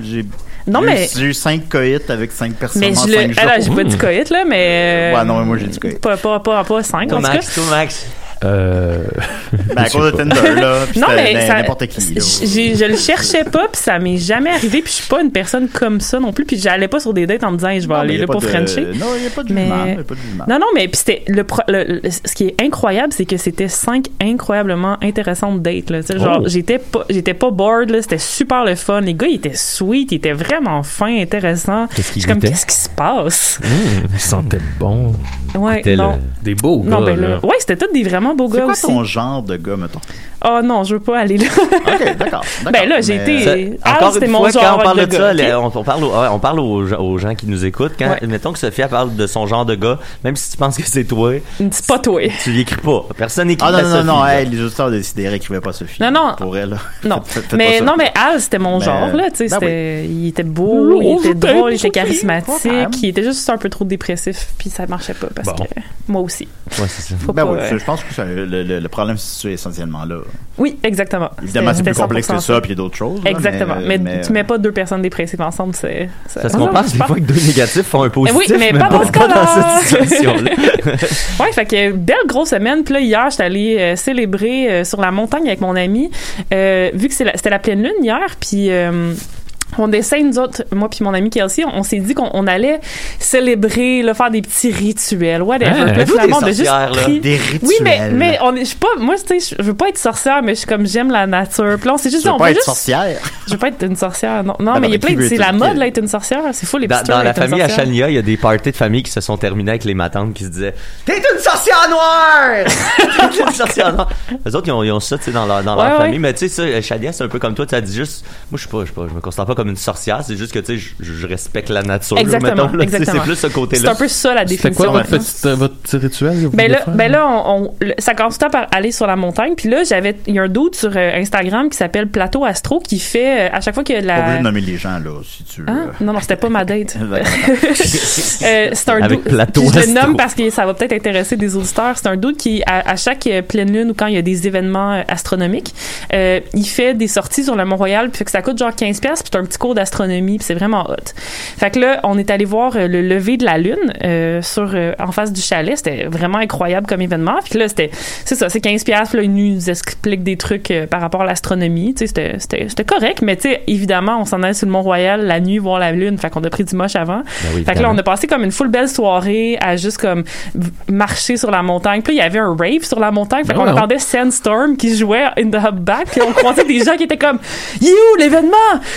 j'ai
Non,
j'ai eu-
mais-
j'ai eu cinq coïts avec cinq personnes
Mais
en
je
cinq
le. Ah là, j'ai
jours.
pas du coït, là, mais. euh,
Ouais, non, mais moi j'ai du coït.
Pas, pas, pas, pas cinq, en tout cas.
tout max.
Euh...
Ben, à
je sais
cause de
pas.
Tinder, là, puis
Non,
c'était
mais
n-
ça-
n'importe qui. là.
J'ai- je le cherchais pas, puis ça m'est jamais arrivé, puis je suis pas une personne comme ça non plus, puis j'allais pas sur des dates en me disant, Hey, je vais
Non, mais
aller
y a
là
pas
pour
de-
Frencher.
Non, il n'y a pas de
Mais-
jugement. y a pas de jugement.
Non, non, mais puis c'était le, pro- le- le- ce qui est incroyable, c'est que c'était cinq incroyablement intéressantes dates. Là. Tu sais, Genre,
Oh.
j'étais pas, j'étais pas bored, là, c'était super le fun. Les gars, ils étaient sweet, ils étaient vraiment fins, intéressants.
Qu'est-ce qu'ils
Je suis comme,
goûtaient?
qu'est-ce qui se passe?
Mmh, il sentait bon. euh,
Ouais,
C'était
non.
le- Des beaux gars,
Non, ben
là.
là. Ouais, c'était tous des vraiment beaux
C'est
gars
quoi
aussi.
ton genre de gars, mettons?
Oh non, je veux pas aller là.
OK, d'accord.
ben là, j'ai
mais-
été.
Ça-
Ah,
Encore
c'était
une
mon
fois,
genre
quand on parle
de
de ça,
gars,
les-
ok?
on, on parle, aux, ouais, on parle aux, gens- aux gens qui nous écoutent. Quand, Mettons que Sophia parle de son genre de gars, même si tu penses que c'est toi,
Dis pas toi.
tu l'écris pas. Personne n'écrit
Ah non,
à
non, non,
Sophie,
non,
là.
hey, les auditeurs décideraient écrivaient pas Sophie.
Non, non.
Pour elle, là.
Non.
Faites- faites pas
Mais
ça.
non, mais Al, c'était mon
Mais,
genre, là, tu sais,
ben
c'était- il était beau,
Oh,
il était
j'étais
drôle, il était
gentil.
charismatique,
Capable.
il était juste un peu trop dépressif, puis ça marchait pas, parce
Bon.
que moi aussi.
Ouais, c'est ça.
Faut
Ben
pas,
oui,
euh,
je- je pense que ça- le, le- le problème se situe essentiellement là.
Oui, exactement.
Évidemment, c'est
C'était-
plus complexe que
100%
ça, puis il y a d'autres choses. là,
Exactement. Mais,
mais-
tu mets pas deux personnes dépressives ensemble, c'est. c'est-
Parce qu'on
Ah,
pense
je
des fois que deux négatifs font un
Mais oui,
positif.
mais pas dans ce
pas
cas-là.
dans cette situation-là.
Ouais, fait que belle grosse semaine. Puis là, hier, j'étais allée euh, célébrer euh, sur la montagne avec mon ami. Euh, vu que c'est la- c'était la pleine lune hier, puis... euh, on dessine, nous autres, moi puis mon ami Kelsey, on, on s'est dit qu'on on allait célébrer, là, faire des petits rituels, whatever.
Hein,
Puis là,
êtes-vous
finalement,
des
on a juste
sorcières, là?
pris-
euh, Des rituels.
Oui, mais, mais on est, je suis pas, moi, tu sais, je veux pas être sorcière, mais je suis comme, j'aime la nature. Puis là, on s'est juste
Tu
dit,
veux
on
pas
va
être
juste...
sorcière.
Je veux pas être une sorcière, non.
Ben
Non,
non,
mais il y
mais
a plein
qui
de-
veut
C'est
être
la
une-
mode, là, être une sorcière. C'est fou, les
Dans,
petits
dans
tours,
la
être une
famille à
sorcière.
Chania, il y a des parties de famille qui se sont terminées avec les matantes qui se disaient T'es une sorcière noire T'es une sorcière noire Les autres, ils ont, ils ont ça tu sais, dans leur, dans leur
Ouais, ouais.
famille. Mais tu sais, ça, Chania, c'est un peu comme toi. Tu as dit juste Moi, je suis pas, je suis pas- je me considère pas comme une sorcière. C'est juste que tu sais, je- je respecte la nature.
Exactement,
mettons, là. Tu sais,
exactement.
C'est plus ce
C'est
côté-là.
un peu ça, la
C'était
définition.
quoi votre
maintenant.
petit, euh, votre petit rituel? que vous
Ben
vouliez
là,
faire?
ben là,
hein.
on, on- le- ça commence tout par aller sur la montagne. Puis là, j'avais, il y a un doute sur euh, Instagram qui s'appelle Plateau Astro qui fait euh, à chaque fois qu'il y a de
Pas obligé
la.
de nommer les gens, là, si tu veux.
Hein? Non, non, c'était pas ma date. Euh, c'est un
Avec
doute-
Plateau
puis Je le
Astro.
nomme parce que ça va peut-être intéresser des auditeurs. C'est un doute qui, à, à chaque euh, pleine lune ou quand il y a des événements euh, astronomiques, euh, il fait des sorties sur le Mont-Royal. Puis fait que ça coûte genre 15$. Puis c'est un petit cours d'astronomie. Puis c'est vraiment hot. Fait que là, on est allé voir euh, le lever de la lune euh, sur euh, en face du chalet. C'était vraiment incroyable comme événement. Puis là, c'était, c'est ça, c'est 15$. Puis là, il nous explique des trucs euh, par rapport à l'astronomie. Tu sais, c'était- c'était c'était correct. Mais tu sais, évidemment, on s'en allait sur le Mont-Royal la nuit voir la lune. Fait qu'on a pris du moche avant.
Ben oui,
fait que là,
évidemment.
on a passé comme une full belle soirée à juste comme v- marcher sur la montagne. Puis là, il y avait un rave sur la montagne. Fait
Ben
qu'on
voyons.
entendait Sandstorm qui jouait in the back. Puis on croisait des gens qui étaient comme, You, l'événement!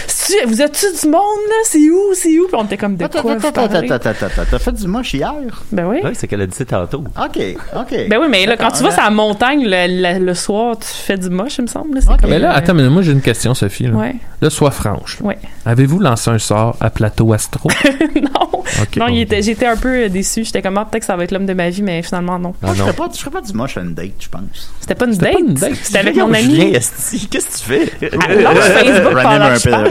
C'est vous êtes-tu du monde, là? C'est où? C'est où? Puis on était comme de quoi vous parlez?
T'as fait du moche hier?
Ben oui.
Oui, c'est qu'elle a dit ça tantôt.
OK, OK.
Ben oui, mais là, quand tu vas
ça
sur la montagne le, le- le soir, tu fais du moche, il me semble. là. C'est comme,
Mais Ah, ben là,
euh,
attends, mais moi j'ai une question, Sophie. Là,
Ouais.
Là, sois franche.
Ouais.
Avez-vous lancé un sort à Plateau Astro?
non.
Ok,
non,
on-
il était- j'étais un peu euh, déçu. J'étais comme, ah, peut-être que ça va être l'homme de ma vie, mais finalement, non.
Moi, je ferais pas, je ferais pas du moche à une date, je pense.
C'était pas une
C'était
date.
pas une date.
C'était avec
Voyons,
mon ami.
Julien,
esti, qu'est-ce que tu fais?
Ah, lâche Facebook
René m'a
pendant que
un
je
peu
parle.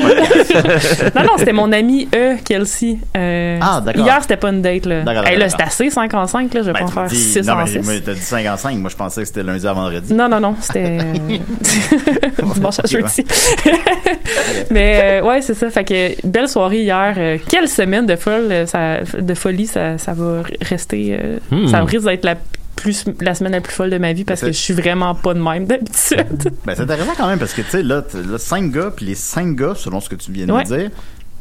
non, non, c'était mon ami E, Kelsey. Euh,
Ah, d'accord.
Hier, c'était pas une date, là.
D'accord,
Hey, là,
d'accord. Ben,
c'est assez 5 en 5, là. Je vais pas en faire
Dis-
6
non,
en Mm.
mais,
6.
mais t'as dit 55. Moi, je pensais que c'était lundi à vendredi.
Non, non, non, c'était euh, dimanche à
Ok, ouais.
jeudi. Mais euh, ouais, c'est ça. Fait que belle soirée hier. Euh, quelle semaine de folle, euh, ça, de folie, ça, ça va rester. euh,
Hmm.
Ça risque d'être la plus la semaine la plus folle de ma vie parce que je suis vraiment pas de même d'habitude.
Ben, c'est intéressant quand même parce que, tu sais, là, t- là, 5 gars, puis les 5 gars, selon ce que tu viens de
Ouais.
me dire,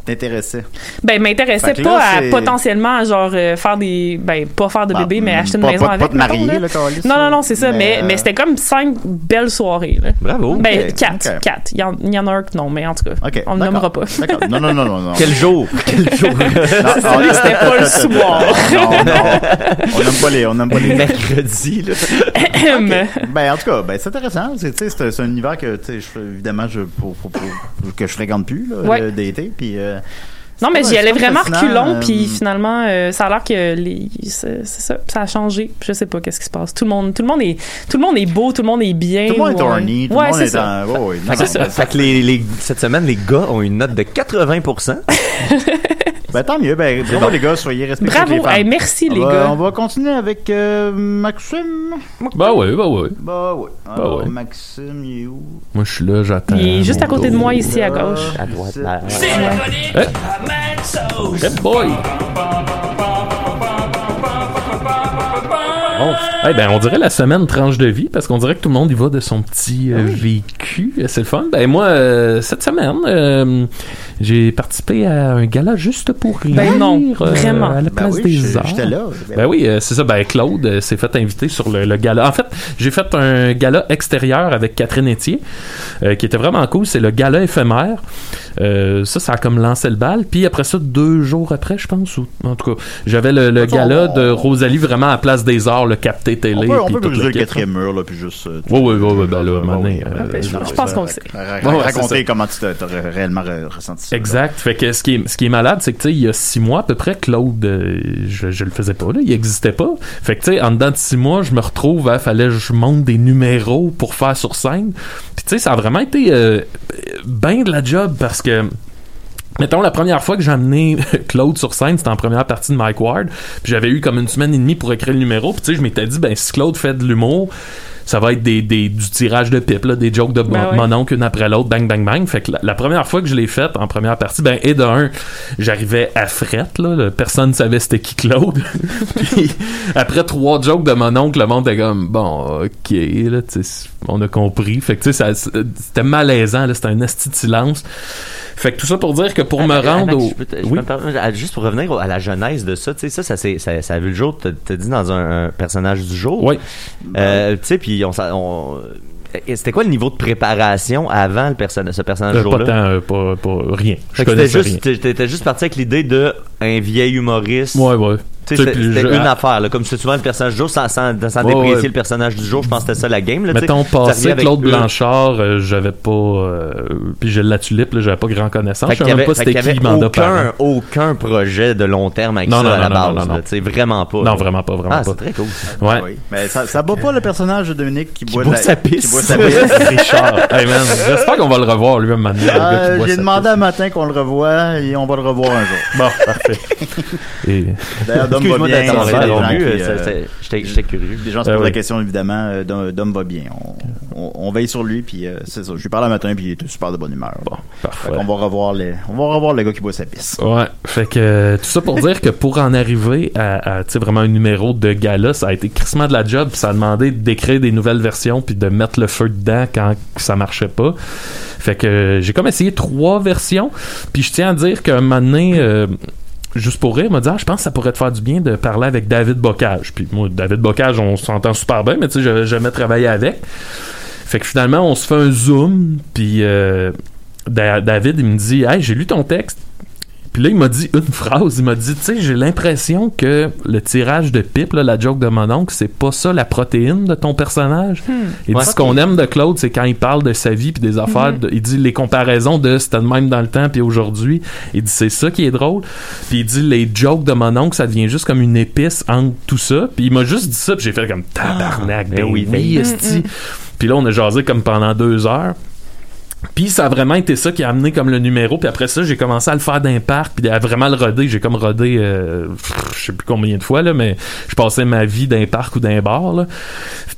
t'intéressaient.
Ben, m'intéressait
Fait que là,
pas à
c'est-
potentiellement à genre euh, faire des. Ben, pas faire de
Ben,
bébé, mais acheter une
pas-
maison
pas-
avec.
pas te marier,
mettons,
là, câlisse,
Non, non, non, c'est ça.
mais,
Mais,
euh,
mais c'était comme cinq belles soirées. là.
Bravo.
Ben,
Ok,
quatre.
ok.
Quatre. Il y, en- il y en a un que non, mais en tout cas, on ne
d'accord.
nommera pas.
D'accord. Non, non, non, non, non.
Quel jour? Ah, Quel jour?
Celui, c'était pas le soir.
Non, non. On n'aime pas les. On n'aime pas les.
Mercredi, là.
Ok. Ben, en tout cas, ben, c'est intéressant. C'est, tu sais, c'est un- c'est un univers que, tu sais, je- évidemment, je, pour, pour- pour- que je fréquente plus, là,
Ouais.
le- d'été. Puis. euh,
Non,
c'est
mais
pas-
j'y
c'est
allais
pas
vraiment
fascinant,
reculons,
euh,
puis finalement, euh, ça a l'air que les, c'est, c'est ça, ça a changé. Je sais pas qu'est-ce qui se passe. Tout le monde, tout le monde est, tout le monde est beau, tout le monde est bien.
Tout le monde est
ouais.
horny, tout le
Ouais,
monde
c'est
est
ça.
en- ouais, ouais, non, ben,
Fait que,
non, mais
fait que les, les- cette semaine, les gars ont une note de 80%.
ben, tant mieux. Ben, bravo, les gars, soyez respectueux.
Bravo.
les femmes.
Hey, merci, les
On va-
gars.
On va continuer avec euh, Maxime.
bah oui, bah oui.
Bah oui. Alors,
ouais.
Maxime, il est où? Oh,
Moi, je suis là, j'attends.
Il est juste
mon
à côté de
tour.
moi ici à gauche.
À droite, là.
Hey. Hey boy! Bon. Eh ben, on dirait la semaine tranche de vie parce qu'on dirait que tout le monde y va de son petit euh, vécu. Euh, C'est le fun. Ben moi, euh, cette semaine, euh, j'ai participé à un gala juste pour rire.
Ben non,
euh,
vraiment.
À la
Ben
place
oui,
des
j'étais-
arts.
j'étais là.
Ben, oui, euh, c'est ça. Ben Claude euh, s'est fait inviter sur le, le gala. En fait, j'ai fait un gala extérieur avec Catherine Etier, euh, qui était vraiment cool. C'est le gala éphémère. Euh, ça, ça a comme lancé le bal. Puis après ça, deux jours après, je pense, ou en tout cas, j'avais le, le gala de Rosalie vraiment à la place des arts, le capté télé.
On peut, on
puis
peut
tout
briser
le
le
kit,
quatrième
là.
mur, là, puis juste. euh,
Ouais, ouais, ouais, ouais, ben là, à un moment donné, euh,
Je pense qu'on le sait.
ra-
Ouais, ouais, c'est
raconter
ça.
comment tu t'as t'as réellement re- ressenti ça.
Exact. Fait que ce qui est, ce qui est malade, c'est que tu sais, il y a six mois à peu près, Claude, euh, je, je le faisais pas, là, il existait pas. Fait que tu sais, en dedans de six mois, je me retrouve à fallait que je monte des numéros pour faire sur scène. Puis tu sais, ça a vraiment été euh, ben de la job parce que. Mettons, la première fois que j'ai amené Claude sur scène, c'était en première partie de Mike Ward. Puis j'avais eu comme une semaine et demie pour écrire le numéro. Puis tu sais, je m'étais dit, ben si Claude fait de l'humour, ça va être des, des- du tirage de pipe, là, des jokes de
Ben
mon-
ouais.
mon oncle une après l'autre, bang, bang, bang. Fait que la, la première fois que je l'ai faite en première partie, ben, et d'un, j'arrivais à frette, là, là, personne ne savait c'était qui Claude. Puis, après trois jokes de mon oncle, le monde était comme, bon, ok, là, tu sais, on a compris. Fait que, tu sais, ça- c'était malaisant, là, c'était un esti de silence. Fait que tout ça pour dire que pour me
Attends,
rendre
attends,
au.
Ah, je peux te- je peux me permettre, à- juste pour revenir au- à la genèse de ça, tu sais, ça, ça, s'est- ça, ça a vu le jour, t'as t'as dit dans un, un personnage du jour. Euh,
Oui.
tu sais, puis on, s'en- on- et c'était quoi le niveau de préparation avant le personnage, ce personnage
Euh,
du
pas
jour-là?
tant, euh, pas, pas- rien. Je
Fait que t'étais
connaissais rien.
juste, t'étais- t'étais juste parti avec l'idée de un vieil humoriste.
Ouais, ouais.
Tu sais,
Tu sais,
c'est-
puis
c'était
je-
une
à-
affaire, là, comme c'est souvent le personnage du jour, sans, sans, sans
Ouais,
déprécier
ouais.
le personnage du jour, je pense que c'était ça la game. Là, tu sais.
Mettons,
Tu arrivais
passé
avec
Claude
une-
Blanchard, euh, j'avais pas. euh, puis j'ai la tulipe, là, j'avais pas grand connaissance.
Fait
Je
qu'il
savais
y avait,
même pas
fait qu'il
c'était
y
qui
avait
Manda
aucun, aucun projet de long terme avec
Non,
ça
non,
à la
non,
base.
non, non,
là,
non.
tu sais, vraiment pas.
Non,
là.
vraiment pas, vraiment
ah,
pas.
c'est très cool.
Ouais. Euh,
Oui. Mais ça, ça bat pas le personnage de Dominique qui, boit, de
boit
la-
sa pisse.
Qui boit sa pisse.
Richard. Hey, man, j'espère qu'on va le revoir, lui, un moment donné, le gars qui
Euh,
boit
J'ai
sa
demandé un matin qu'on le revoie et on va le revoir un jour.
Bon, parfait. Et...
D'ailleurs, Dom va
Excuse-moi
bien.
d'être
c'est
interrompu,
des gens
euh,
qui,
c'est-
euh,
c'est- j'étais- J'étais curieux.
Les gens se
Ah
posent
oui.
la question, évidemment. euh, Dom, Dom va bien. On, on- on veille sur lui, puis euh, c'est ça. Je lui parle un matin, puis il était super de bonne humeur. Bon,
parfait.
On va revoir les, on va revoir le gars qui boit sa pisse.
Ouais, fait que euh, tout ça pour dire que pour en arriver à, à, tu sais, vraiment un numéro de gala, ça a été crissement de la job, puis ça a demandé d'écrire des nouvelles versions puis de mettre le feu dedans quand ça marchait pas. Fait que euh, j'ai comme essayé trois versions, puis je tiens à dire qu'à un moment donné, euh, juste pour rire, m'a dit ah, je pense que ça pourrait te faire du bien de parler avec David Bocage. Puis moi, David Bocage, on s'entend super bien, mais tu sais, j'avais jamais travaillé avec. Fait que finalement, on se fait un zoom, puis euh, Da- David, il me dit Hey, j'ai lu ton texte. Puis là, il m'a dit une phrase. Il m'a dit Tu sais, j'ai l'impression que le tirage de pipe, là, la joke de mon oncle, c'est pas ça la protéine de ton personnage.
Hmm.
Il
Ouais.
dit Ce qu'on aime de Claude, c'est quand il parle de sa vie puis des affaires.
Mhm.
de- il dit les comparaisons de c'était de même dans le temps puis aujourd'hui. Il dit C'est ça qui est drôle. Puis il dit Les jokes de mon oncle, ça devient juste comme une épice entre tout ça. Puis il m'a juste dit ça. Puis j'ai fait comme
Ah.
Tabarnak, ben, oui,
ben oui.
esti.
Mhm.
Puis là, on a jasé comme pendant deux heures. Puis ça a vraiment été ça qui a amené comme le numéro. Puis après ça, j'ai commencé à le faire d'un parc, puis à vraiment le roder. J'ai comme rodé, euh, pff, je sais plus combien de fois, là, mais je passais ma vie d'un parc ou d'un bar. Là.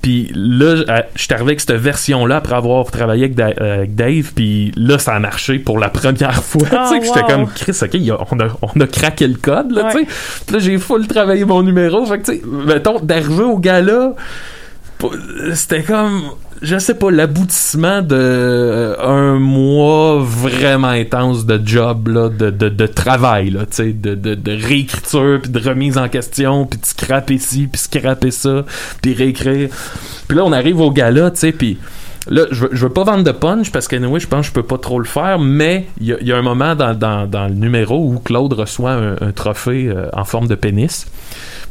Puis là, j- à- je suis arrivé avec cette version-là après avoir travaillé avec, Da- euh, avec Dave. Puis là, ça a marché pour la première fois.
Ah,
tu sais, que j'étais
wow.
comme, Chris, OK, il y a- on, a, on a craqué le code. Là, tu sais. Puis là j'ai full travaillé mon numéro. Fait que, tu sais, mettons, d'arriver au gala pour- c'était comme je sais pas l'aboutissement de euh, un mois vraiment intense de job là, de, de, de travail là, tu sais, de, de, de réécriture puis de remise en question puis de scraper ici puis scraper ça puis réécrire puis là on arrive au gala tu sais puis Là, je veux, je veux pas vendre de punch parce que anyway, je pense que je peux pas trop le faire, mais il y, a- il y a un moment dans, dans- dans le numéro où Claude reçoit un, un trophée euh, en forme de pénis.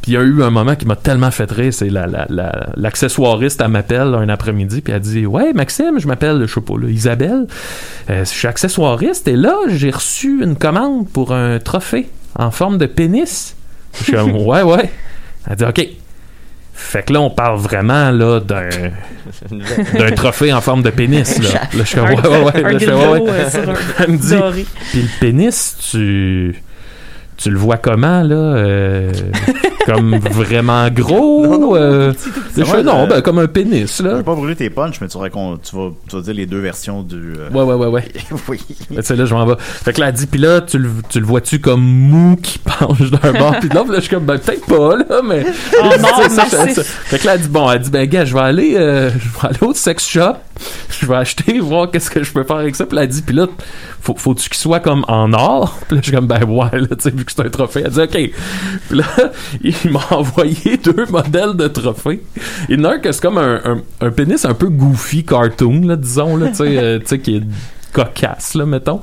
Puis il y a eu un moment qui m'a tellement fait rire, c'est la- la- la- l'accessoiriste, elle m'appelle un après-midi, puis elle dit Ouais, Maxime, je m'appelle, je sais pas, là, Isabelle, Euh, je suis accessoiriste, et là, j'ai reçu une commande pour un trophée en forme de pénis. Je suis comme Ouais, ouais. Elle dit OK. Fait que là, on parle vraiment là d'un d'un trophée en forme de pénis. Là, Là, je suis comme,
Un-
ouais, ouais, ouais.
un
Là, je suis comme,
dildo,
ouais.
euh, sur un-
Elle me dit,
doré.
puis le pénis, tu, tu le vois comment, là? euh, comme vraiment gros? euh, je fais, non, ben, comme un pénis, là. Je
vais pas brûler tes punchs, mais tu, aurais qu'on- tu, vas, tu vas dire les deux versions du. euh,
Ouais, ouais, ouais, ouais.
oui.
Tu sais, là, je m'en vais. Fait que là, elle dit, puis là, tu le, tu le vois-tu comme mou qui penche d'un bord, puis de l'autre, là, je suis comme, ben, peut-être pas, là, mais.
Oh non,
Tu sais, ça, ça,
merci.
ça. Fait que là, elle dit, bon, elle dit, ben, gars, je vais aller, euh, je vais aller au sex shop, je vais acheter, voir qu'est-ce que je peux faire avec ça, puis là, elle dit, puis là, faut, faut-tu qu'il soit comme en or? Puis là, je suis comme, ben, ouais, là, tu sais, vu que c'est un trophée, elle dit, ok. Puis là, il m'a envoyé deux modèles de trophées. Il y en a un que c'est comme un, un, un pénis un peu goofy cartoon, là, disons, là, tu sais, euh, tu sais, qui est cocasse, là, mettons.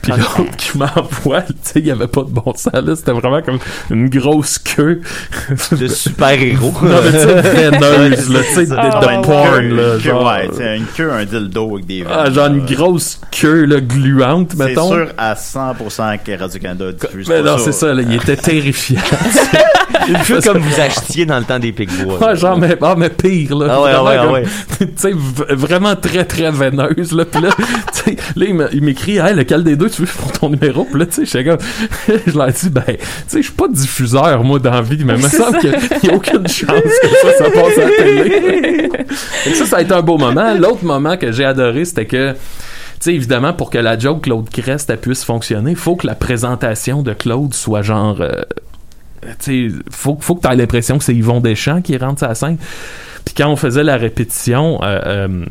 Puis l'autre qui m'envoie, tu sais, il n'y avait pas de bon sens, là. C'était vraiment comme une grosse queue. De super-héros. non, mais tu sais, veineuse, là, tu sais, de, de
Une
porn,
Ah, queue,
là.
une queue,
Genre, euh.
ouais, tu sais, une queue, un dildo avec des. Euh,
ah, genre une grosse queue, là, gluante,
C'est
mettons.
sûr à 100% que Radio-Canada diffuse pas
Mais non, c'est ça, là, il était terrifiant.
Une queue comme vous achetiez dans le temps des Pigbois.
Ouais, genre, mais, ah, mais pire, là.
Ah ouais, ah ouais,
Vraiment
ah
comme- tu sais, v- vraiment très, très veineuse, là. Puis là, tu sais, là, il m'a- il m'écrit, hey, lequel des deux tu veux pour ton numéro? Puis là, tu sais, j'étais comme, je leur dis, ben, tu sais, je suis pas diffuseur, moi, dans la vie, mais il me
C'est
semble
ça.
qu'il n'y a aucune chance que ça, ça passe à la télé. Fait que ça, ça a été un beau moment. L'autre moment que j'ai adoré, c'était que. Tu sais, évidemment, pour que la joke Claude Crest elle puisse fonctionner, faut que la présentation de Claude soit genre euh, tu sais, faut, faut que tu aies l'impression que c'est Yvon Deschamps qui rentre sa scène. Puis quand on faisait la répétition, euh, euh,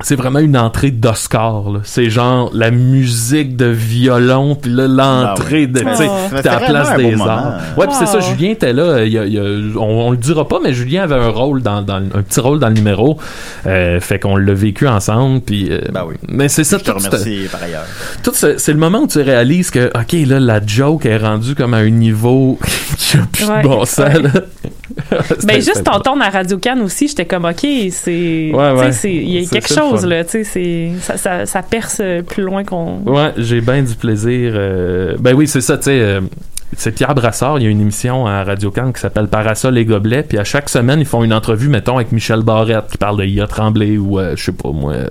c'est vraiment une entrée d'Oscar. là. C'est genre la musique de violon, puis là, l'entrée de.
Ah
Tu
ouais.
sais,
Oh.
puis
Mais
t'as la
c'est
place
vraiment un
des
beau
arts.
moment. hein.
Ouais, puis c'est ça,
Wow.
Julien était là. il y a- il y a- on, on le dira pas, mais Julien avait un rôle dans, dans- un petit rôle dans le numéro. Euh, fait qu'on l'a vécu ensemble. Puis, euh,
Ben
Mais c'est ça,
Je te
tout ce-
remercie par ailleurs.
tout ce- c'est le moment où tu réalises que ok là la joke est rendue comme à un niveau qui a plus
Ouais,
de bon sens
ouais.
là.
Ben
C'était-
juste
c'était-
t'entendre à Radio Can aussi, j'étais comme ok, c'est, tu
ouais.
sais, c'est- il y a
C'est
quelque
ça, le
chose
fun.
là, tu sais, c'est ça, ça, ça perce euh, plus loin qu'on.
Ouais, j'ai bien du plaisir. euh, Ben oui, c'est ça, tu sais. euh, C'est Pierre Brassard, il y a une émission à Radio Can qui s'appelle Parasol et Gobelets, puis à chaque semaine, ils font une entrevue, mettons, avec Michel Barrette qui parle de Ia Tremblay ou, euh, je sais pas moi, euh,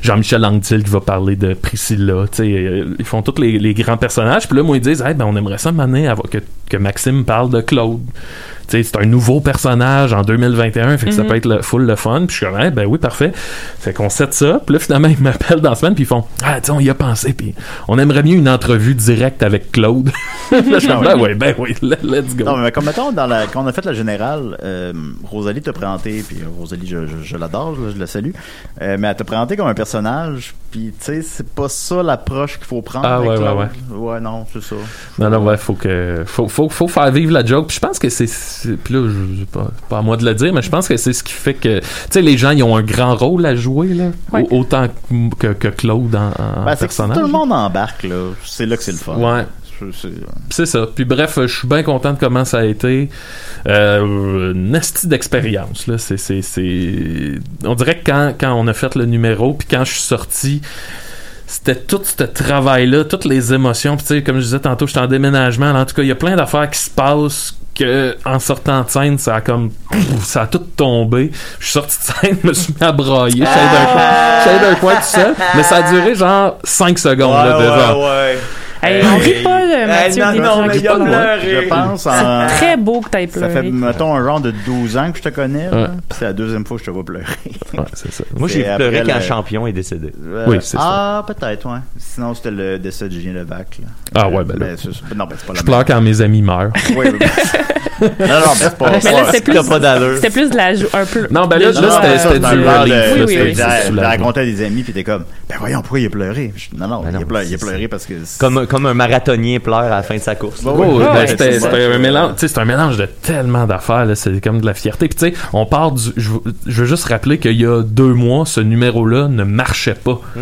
Jean-Michel Anctil qui va parler de Priscilla, tu sais, euh, ils font tous les, les grands personnages, puis là, moi, ils disent, hey, ben, on aimerait ça, maner que, que Maxime parle de Claude. Tu sais, c'est un nouveau personnage en 2021, fait que ça
Mhm.
peut être le, full le fun. Puis je suis comme, Eh, ben oui, parfait. Fait qu'on set ça. Puis là, finalement, ils m'appellent dans la semaine, puis ils font, ah, tu sais, on y a pensé, puis on aimerait mieux une entrevue directe avec Claude. là, je suis comme, ben oui, ben oui, le- let's go.
Non, mais comme mettons, dans la, quand on a fait la générale, euh, Rosalie t'a présenté, puis Rosalie, je, je- je l'adore, je, je la salue, euh, mais elle t'a présenté comme un personnage, puis tu sais, c'est pas ça l'approche qu'il faut prendre.
Ah,
avec
ouais, ouais,
Claude. Ouais, non, c'est ça.
Non, non, ouais, faut que, faut, faut, faut faire vivre la joke. Puis je pense que c'est, c'est- puis là, je- c'est pas, pas à moi de le dire, mais je pense que c'est ce qui fait que, tu sais, les gens, ils ont un grand rôle à jouer, là,
Ouais.
au- autant que, que- que Claude en, en
Ben, c'est que si
personnage.
tout le monde embarque, là, c'est là que c'est le fun.
Ouais.
C'est- c'est-
Puis C'est ça. Puis bref, euh, je suis bien content de comment ça a été. Euh, une esti d'expérience. Là. C'est, c'est, c'est- On dirait que quand, quand on a fait le numéro, puis quand je suis sorti, c'était tout ce travail-là, toutes les émotions. Puis tu sais, comme je disais tantôt, j'étais en déménagement. Alors, en tout cas, il y a plein d'affaires qui se passent que en sortant de scène, ça a comme pff, ça a tout tombé. Je suis sorti de scène, je me suis mis à brailler, j'étais d'un coin, j'étais d'un coin tout seul, mais ça a duré genre 5 secondes là, de genre,
Hey, on rit pas, là, Mathieu.
non,
des
non,
gens
mais
qui
il a
pleurent.
pleuré. Je pense en-
C'est très beau que t'aies
Ça
pleuré.
fait, mettons, un genre de 12 ans que je te connais. là.
Ouais.
Puis C'est la deuxième fois que je te vois pleurer.
Ouais, c'est ça.
Moi, j'ai
C'est
pleuré
après
quand
le-
Champion est décédé.
Euh, Ah, peut-être, ouais. Sinon, c'était le décès de Julien Levac. là.
Ah ouais, ben là.
Mais c'est- c'est- non, ben, c'est pas la
Je pleure quand mes amis meurent.
Oui, oui, oui. non, non, mais c'est pas
Mais là, c'était plus,
T'as pas d'allure.
c'était plus de la joie. Un peu. euh,
Non, ben là,
de
là,
joie.
c'était- c'était
dans
du
le euh, bar
relief, là,
de-
c'était
de- de-
du
de
soulagement.
raconter à des amis, puis t'es comme, ben voyons, pourquoi il a pleuré? Je- Non,
Ben
non, il, a pleuré, il a pleuré parce que. c'est-
Comme, comme un marathonnier pleure à la fin de sa course.
Bah
Oh,
oui.
ben,
Ouais,
c'était
c'est
c'était
ça.
un mélange, tu sais, c'est un mélange de tellement d'affaires, là, c'est comme de la fierté. Puis tu sais, on part du, je veux- je veux juste rappeler qu'il y a deux mois, ce numéro-là ne marchait pas.
Hmm.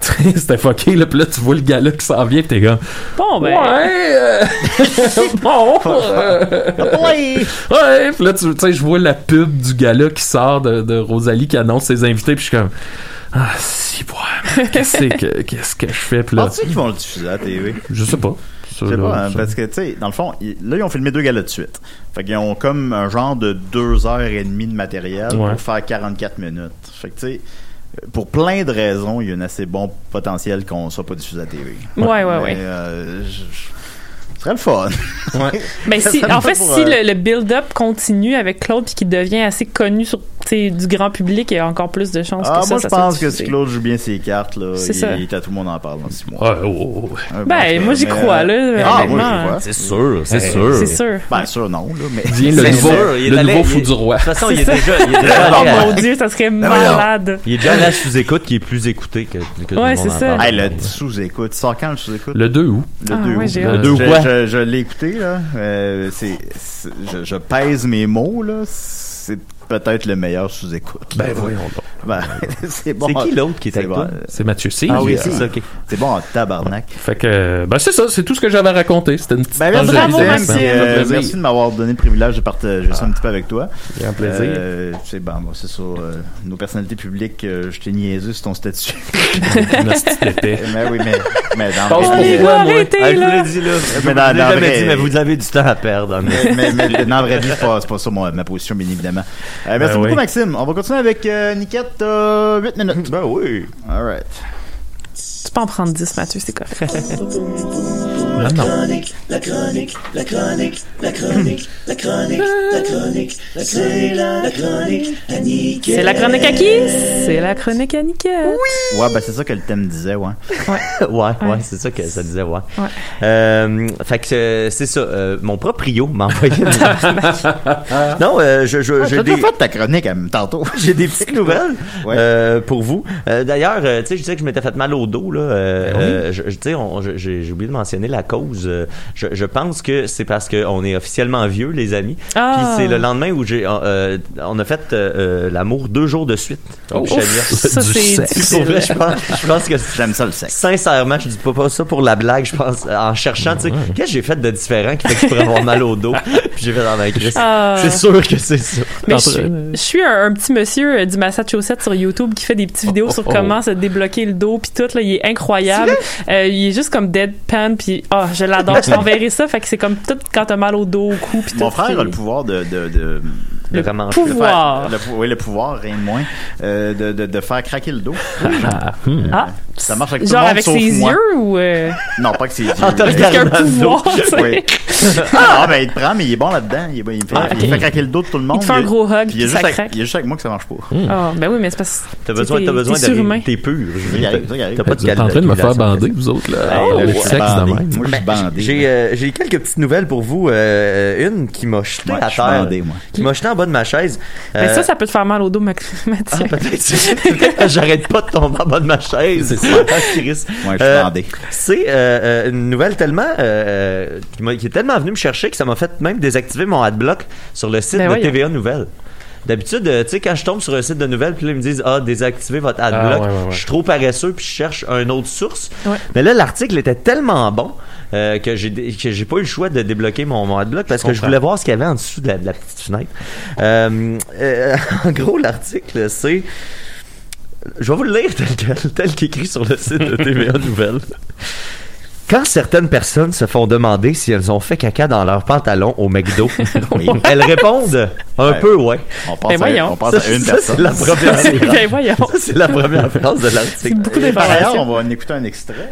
Tu sais, C'était fucké, là, puis là, tu vois le gars-là qui s'en vient, pis t'es comme,
Bon, ben.
ouais, euh, bon, euh, ouais, Puis là, tu tu sais, je vois la pub du gars-là qui sort de, de Rosalie qui annonce ses invités, puis je suis comme, ah, si, bois, qu'est-ce que, qu'est-ce que je fais, puis là,
Penses-tu qu'ils vont le diffuser à la TV?
je sais pas. Ça,
Je sais
là,
pas, hein,
ça-
parce que, tu sais, dans le fond, ils- là, ils ont filmé deux galas de suite. Fait qu'ils ont comme un genre de deux heures et demie de matériel
Ouais.
pour faire 44 minutes. Fait que, tu sais, pour plein de raisons, il y a un assez bon potentiel qu'on soit pas diffusé à la TV.
Ouais, ouais,
Mais,
ouais.
euh, je- je- ce serait le fun.
Ben,
Ça
si,
serait
en fait,
pour,
si
euh,
le, le build-up continue avec Claude puis qu'il devient assez connu sur, tu sais, du grand public, il y a encore plus de chances
Ah,
que ça,
moi,
ça
je pense
soit
que si
diffusé.
Claude joue bien ses cartes, là,
C'est
il,
ça.
il est à tout le monde en parle dans six mois.
Ah, oh, oh, oh.
Euh,
Ben,
bon,
moi, j'y
mais,
crois, là,
Ah, moi,
honnêtement, hein.
j'y crois.
C'est sûr, c'est
Eh,
sûr.
C'est sûr.
Ben, sûr, non, là, mais.
Vient le
C'est
nouveau,
sûr, il est
le
allé-
nouveau
il-
fou du roi.
De toute façon, il est
C'est
déjà, il est déjà allé à-
Oh Mon Dieu, ça serait
Ben voyons.
malade.
il est déjà allé à sous-écoute qui est plus écouté que, que
Ouais,
tout le monde
c'est ça.
en parle. Ah
Hey, le sous-écoute. Tu sors quand le sous-écoute?
Le 2 août.
Le
Ah,
2
ouais,
août.
j'ai
Je-
hâte. Le 2 août,
je,
ouais.
je- je l'ai écouté, là. Euh, c'est, c'est- je, je pèse mes mots, là. C'est peut-être le meilleur sous-écoute. là.
Ben voyons donc.
Ben, c'est bon.
C'est qui l'autre qui est
C'est
avec
bon.
toi?
C'est Mathieu C.
Ah oui,
c'est ça, ok.
C'est bon en tabarnak.
Fait que, ben c'est ça, c'est tout ce que j'avais à raconter. C'était une petite
Ben,
tranche
merci,
de
bravo,
vie.
Maxime.
Maxime. Euh,
Merci.
merci de m'avoir donné le privilège de partager ça un petit peu avec toi.
un plaisir.
Euh, c'est bon, bon, c'est ça. euh, nos personnalités publiques, euh, je t'ai niaisé sur ton statut.
Une hostie d'été.
mais oui, mais, mais dans
Passe
Oh, les
pour
gars,
moi, moi.
Ah,
arrêtez,
je vous
là.
l'ai dit, là. Je vous
Mais dans-
l'ai
dans
jamais
vrai-
dit, mais vous avez du temps à perdre. mais-
mais, mais, mais dans la vraie vie, c'est pas, c'est pas ça mon- ma position, bien évidemment. Euh, merci
Ben
beaucoup,
oui.
Maxime. On va continuer avec euh, Niquette, euh, 8 minutes. Ben oui. All right.
Tu peux en prendre 10, Mathieu, c'est correct.
Ah, non.
C'est la chronique à qui? C'est la chronique à Nickel. Oui!
Ouais, ben c'est ça que le thème disait, ouais.
ouais, ouais,
Ouais.
c'est ça que ça disait, ouais.
Ouais.
Euh, fait que euh, c'est ça. euh, mon proprio m'a envoyé. une- non, euh, je, je-
J'ai
j'ai
déjà
des.
fait ta chronique euh, tantôt.
J'ai des petites nouvelles
Ouais.
euh, pour vous. Euh, D'ailleurs, euh, tu sais, je disais que je m'étais fait mal au dos là. euh, euh, je- je- tu sais, on- je- j'ai j'ai oublié de mentionner la cause. euh, je, je pense que c'est parce qu'on est officiellement vieux, les amis.
Ah.
Puis c'est le lendemain où j'ai, euh, on a fait euh, euh, l'amour deux jours de suite. au
Oh.
Chalier.
Ça,
Du
c'est
sexe.
Pour
difficile.
vrai, je pense, je pense que
J'aime ça le sexe.
Sincèrement, je dis pas, pas ça pour la blague, je pense, euh, en cherchant, tu sais, qu'est-ce que j'ai fait de différent qui fait que je pourrais avoir mal au dos? Puis j'ai fait dans la crise.
Ah.
C'est sûr que c'est ça.
Mais je
Entre-
suis, je suis un, un petit monsieur euh, du Massachusetts sur YouTube qui fait des petites vidéos
oh,
sur
oh.
comment se débloquer le dos puis tout là, il est incroyable. Euh, il est juste comme deadpan puis ah, je l'adore. Je t'enverrai ça, fait que c'est comme tout quand t'as mal au dos, au cou puis tout.
Mon frère
c'est-
a le pouvoir de, de, de,
De vraiment-
de faire-
pouvoir.
le pou- oui, le pouvoir, rien de moins, euh, de, de, de faire craquer le dos. Euh,
Ah,
Ça marche avec tout le
genre
monde,
avec ses
sauf moi.
yeux ou euh,
Non, pas que c'est
te
avec un
Regardant le
pouvoir. tu sais.
Oui. Ah, ben il te prend, mais il est bon là-dedans. Il, est bon, il me fait,
Ah,
il
ok.
fait craquer le dos de tout le monde.
Il te fait un
Il-
gros
puis Il y a
hug puis
juste
ça
avec-
craque.
il y a juste avec moi que ça marche pas.
Ah, ben oui, mais c'est parce que
T'as besoin,
t'es-
t'as besoin
t'es surhumain.
de. T'es pur. je veux dire,
Ça y arrive,
T'as
ça
pas
Vous êtes en train de me faire bander, vous autres,
Ah,
là.
Hey,
Oh,
là,
le
je suis
sexe de
bandé.
même.
Moi, je suis bandé.
J'ai euh, j'ai quelques petites nouvelles pour vous. Euh, une qui m'a jeté
Ouais,
à
je suis
terre.
bandé, moi.
Qui m'a jeté en bas de ma chaise.
Mais
Euh,
ça ça peut te faire mal au dos, Mac- Mathieu.
ah, peut-être. J'arrête pas de tomber en bas de ma chaise.
Ouais, je suis
Euh,
bandé.
C'est euh, euh, une nouvelle tellement euh, qui, m'a- qui est tellement venue me chercher que ça m'a fait même désactiver mon adblock sur le site
Ben
de
voyons.
TVA Nouvelles. D'habitude, euh, tu sais, quand je tombe sur un site de nouvelles, puis là, ils me disent Ah, désactivez votre adblock.
ouais, ouais, ouais.
Je suis trop paresseux, puis je cherche une autre source. Mais là, l'article était tellement bon euh, que j'ai dé- que j'ai pas eu le choix de débloquer mon, mon adblock parce que je
comprends.
voulais voir ce qu'il y avait en dessous de la, de la petite fenêtre. Euh, euh, en gros, l'article, c'est. Je vais vous le lire tel quel- tel qu'écrit sur le site de TVA Nouvelles. Quand certaines personnes se font demander si elles ont fait caca dans leur pantalon au McDo, oui, elles répondent un
Ouais.
peu ouais.
On pense Ben à- voyons. on pense à une
euh, Ça,
personne.
C'est la première phrase.
Ben voyons.
Ça, C'est la première phrase de l'article.
Et Par ailleurs, on va en écouter un extrait.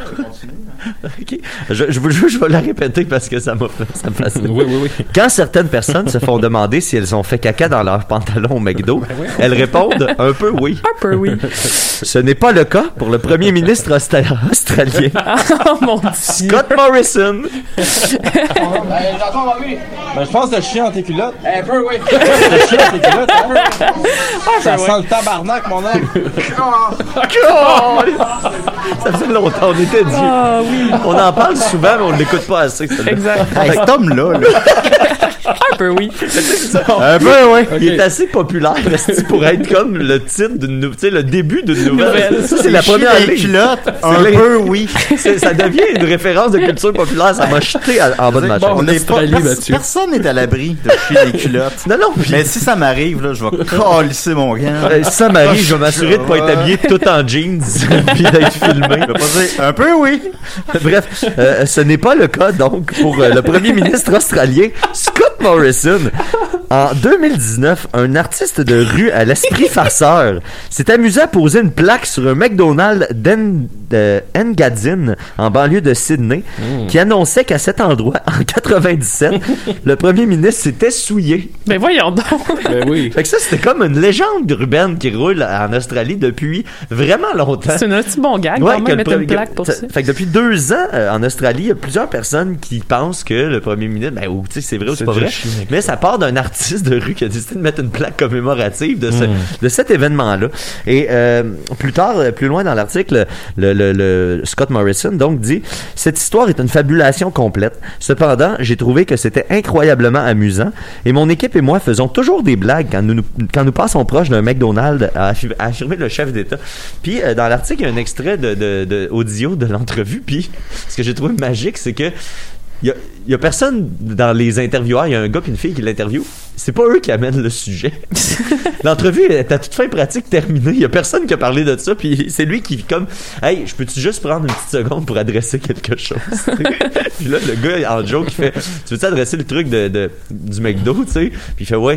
Ok. Je, je vous jure, je vais la répéter parce que ça m'a ça me fascine. Quand certaines personnes se font demander si elles ont fait caca dans leur pantalon au McDo,
oui.
elles répondent un peu oui. Un
peu oui.
Ce n'est pas le cas pour le premier ministre austra- australien.
Ah, oh,
Scott Morrison.
Ben, je pense de chien en tes culottes. Un peu, oui. Ah, ben De chien en tes culottes. hein. Ça sent le tabarnak, mon homme.
Ça faisait longtemps, on était dit. On en parle souvent, mais on ne l'écoute pas assez. celle-là.
Exact.
Hey, cet homme-là, là.
Un peu, oui.
Un peu, oui. Il est assez populaire esti, pour être comme le titre d'une nou- tu sais, le début d'une nouvelle.
Nouvelle.
Ça, c'est la
Je suis
première
dans les
ligne.
culottes,
C'est
un
la-
peu, oui.
C'est- Ça devient une référence de culture populaire. Ça m'a jeté à- en bas de ma chaise.
On n'est pas- pers- personne n'est à l'abri de chier les culottes.
Non, non.
Mais si ça m'arrive, là, je vais calisser mon gant.
Euh, si ça m'arrive, je vais m'assurer de pas être habillé tout en jeans puis d'être filmé.
Je vais pas dire, un peu, oui.
Bref, euh, ce n'est pas le cas donc pour euh, le premier ministre australien Scott Morrison. En 2019, un artiste de rue à l'esprit farceur s'est amusé à poser une plaque sur un McDonald's d'En- de Engadine, en banlieue de Sydney, qui annonçait qu'à cet endroit, en 97, le premier ministre s'était souillé.
Ben voyons donc.
Ben oui. Fait que ça, c'était comme une légende urbaine qui roule en Australie depuis vraiment longtemps.
C'est un petit bon gag,
Ouais,
quand
que
même,
le
mettre
premier-
une plaque pour
ça-
ça.
Fait que depuis deux ans, euh, en Australie, il y a plusieurs personnes qui pensent que le premier ministre, ben, ou tu sais, c'est vrai ou c'est
C'est
pas
du
vrai,
chien.
mais ça part d'un artiste de rue qui a décidé de mettre une plaque commémorative de, ce-
Mm.
de cet événement-là. Et euh, plus tard, euh, plus loin dans l'article, le, le- le Scott Morrison donc dit « Cette histoire est une fabulation complète. Cependant, j'ai trouvé que c'était incroyablement amusant et mon équipe et moi faisons toujours des blagues quand nous, nous- quand nous passons proche d'un McDonald's, a affi- a affirmé le chef d'État. » Puis euh, dans l'article, il y a un extrait de, de- de- audio de l'entrevue. Puis ce que j'ai trouvé magique, c'est que il y a, il y a personne dans les intervieweurs, il y a un gars puis une fille qui l'interview. C'est pas eux qui amènent le sujet. L'entrevue est à toute fin pratique terminée. Il y a personne qui a parlé de ça. Puis c'est lui qui comme, hey, je peux-tu juste prendre une petite seconde pour adresser quelque chose. puis là le gars en joke il fait, tu veux-tu adresser le truc de, de- du McDo, tu sais Puis il fait ouais.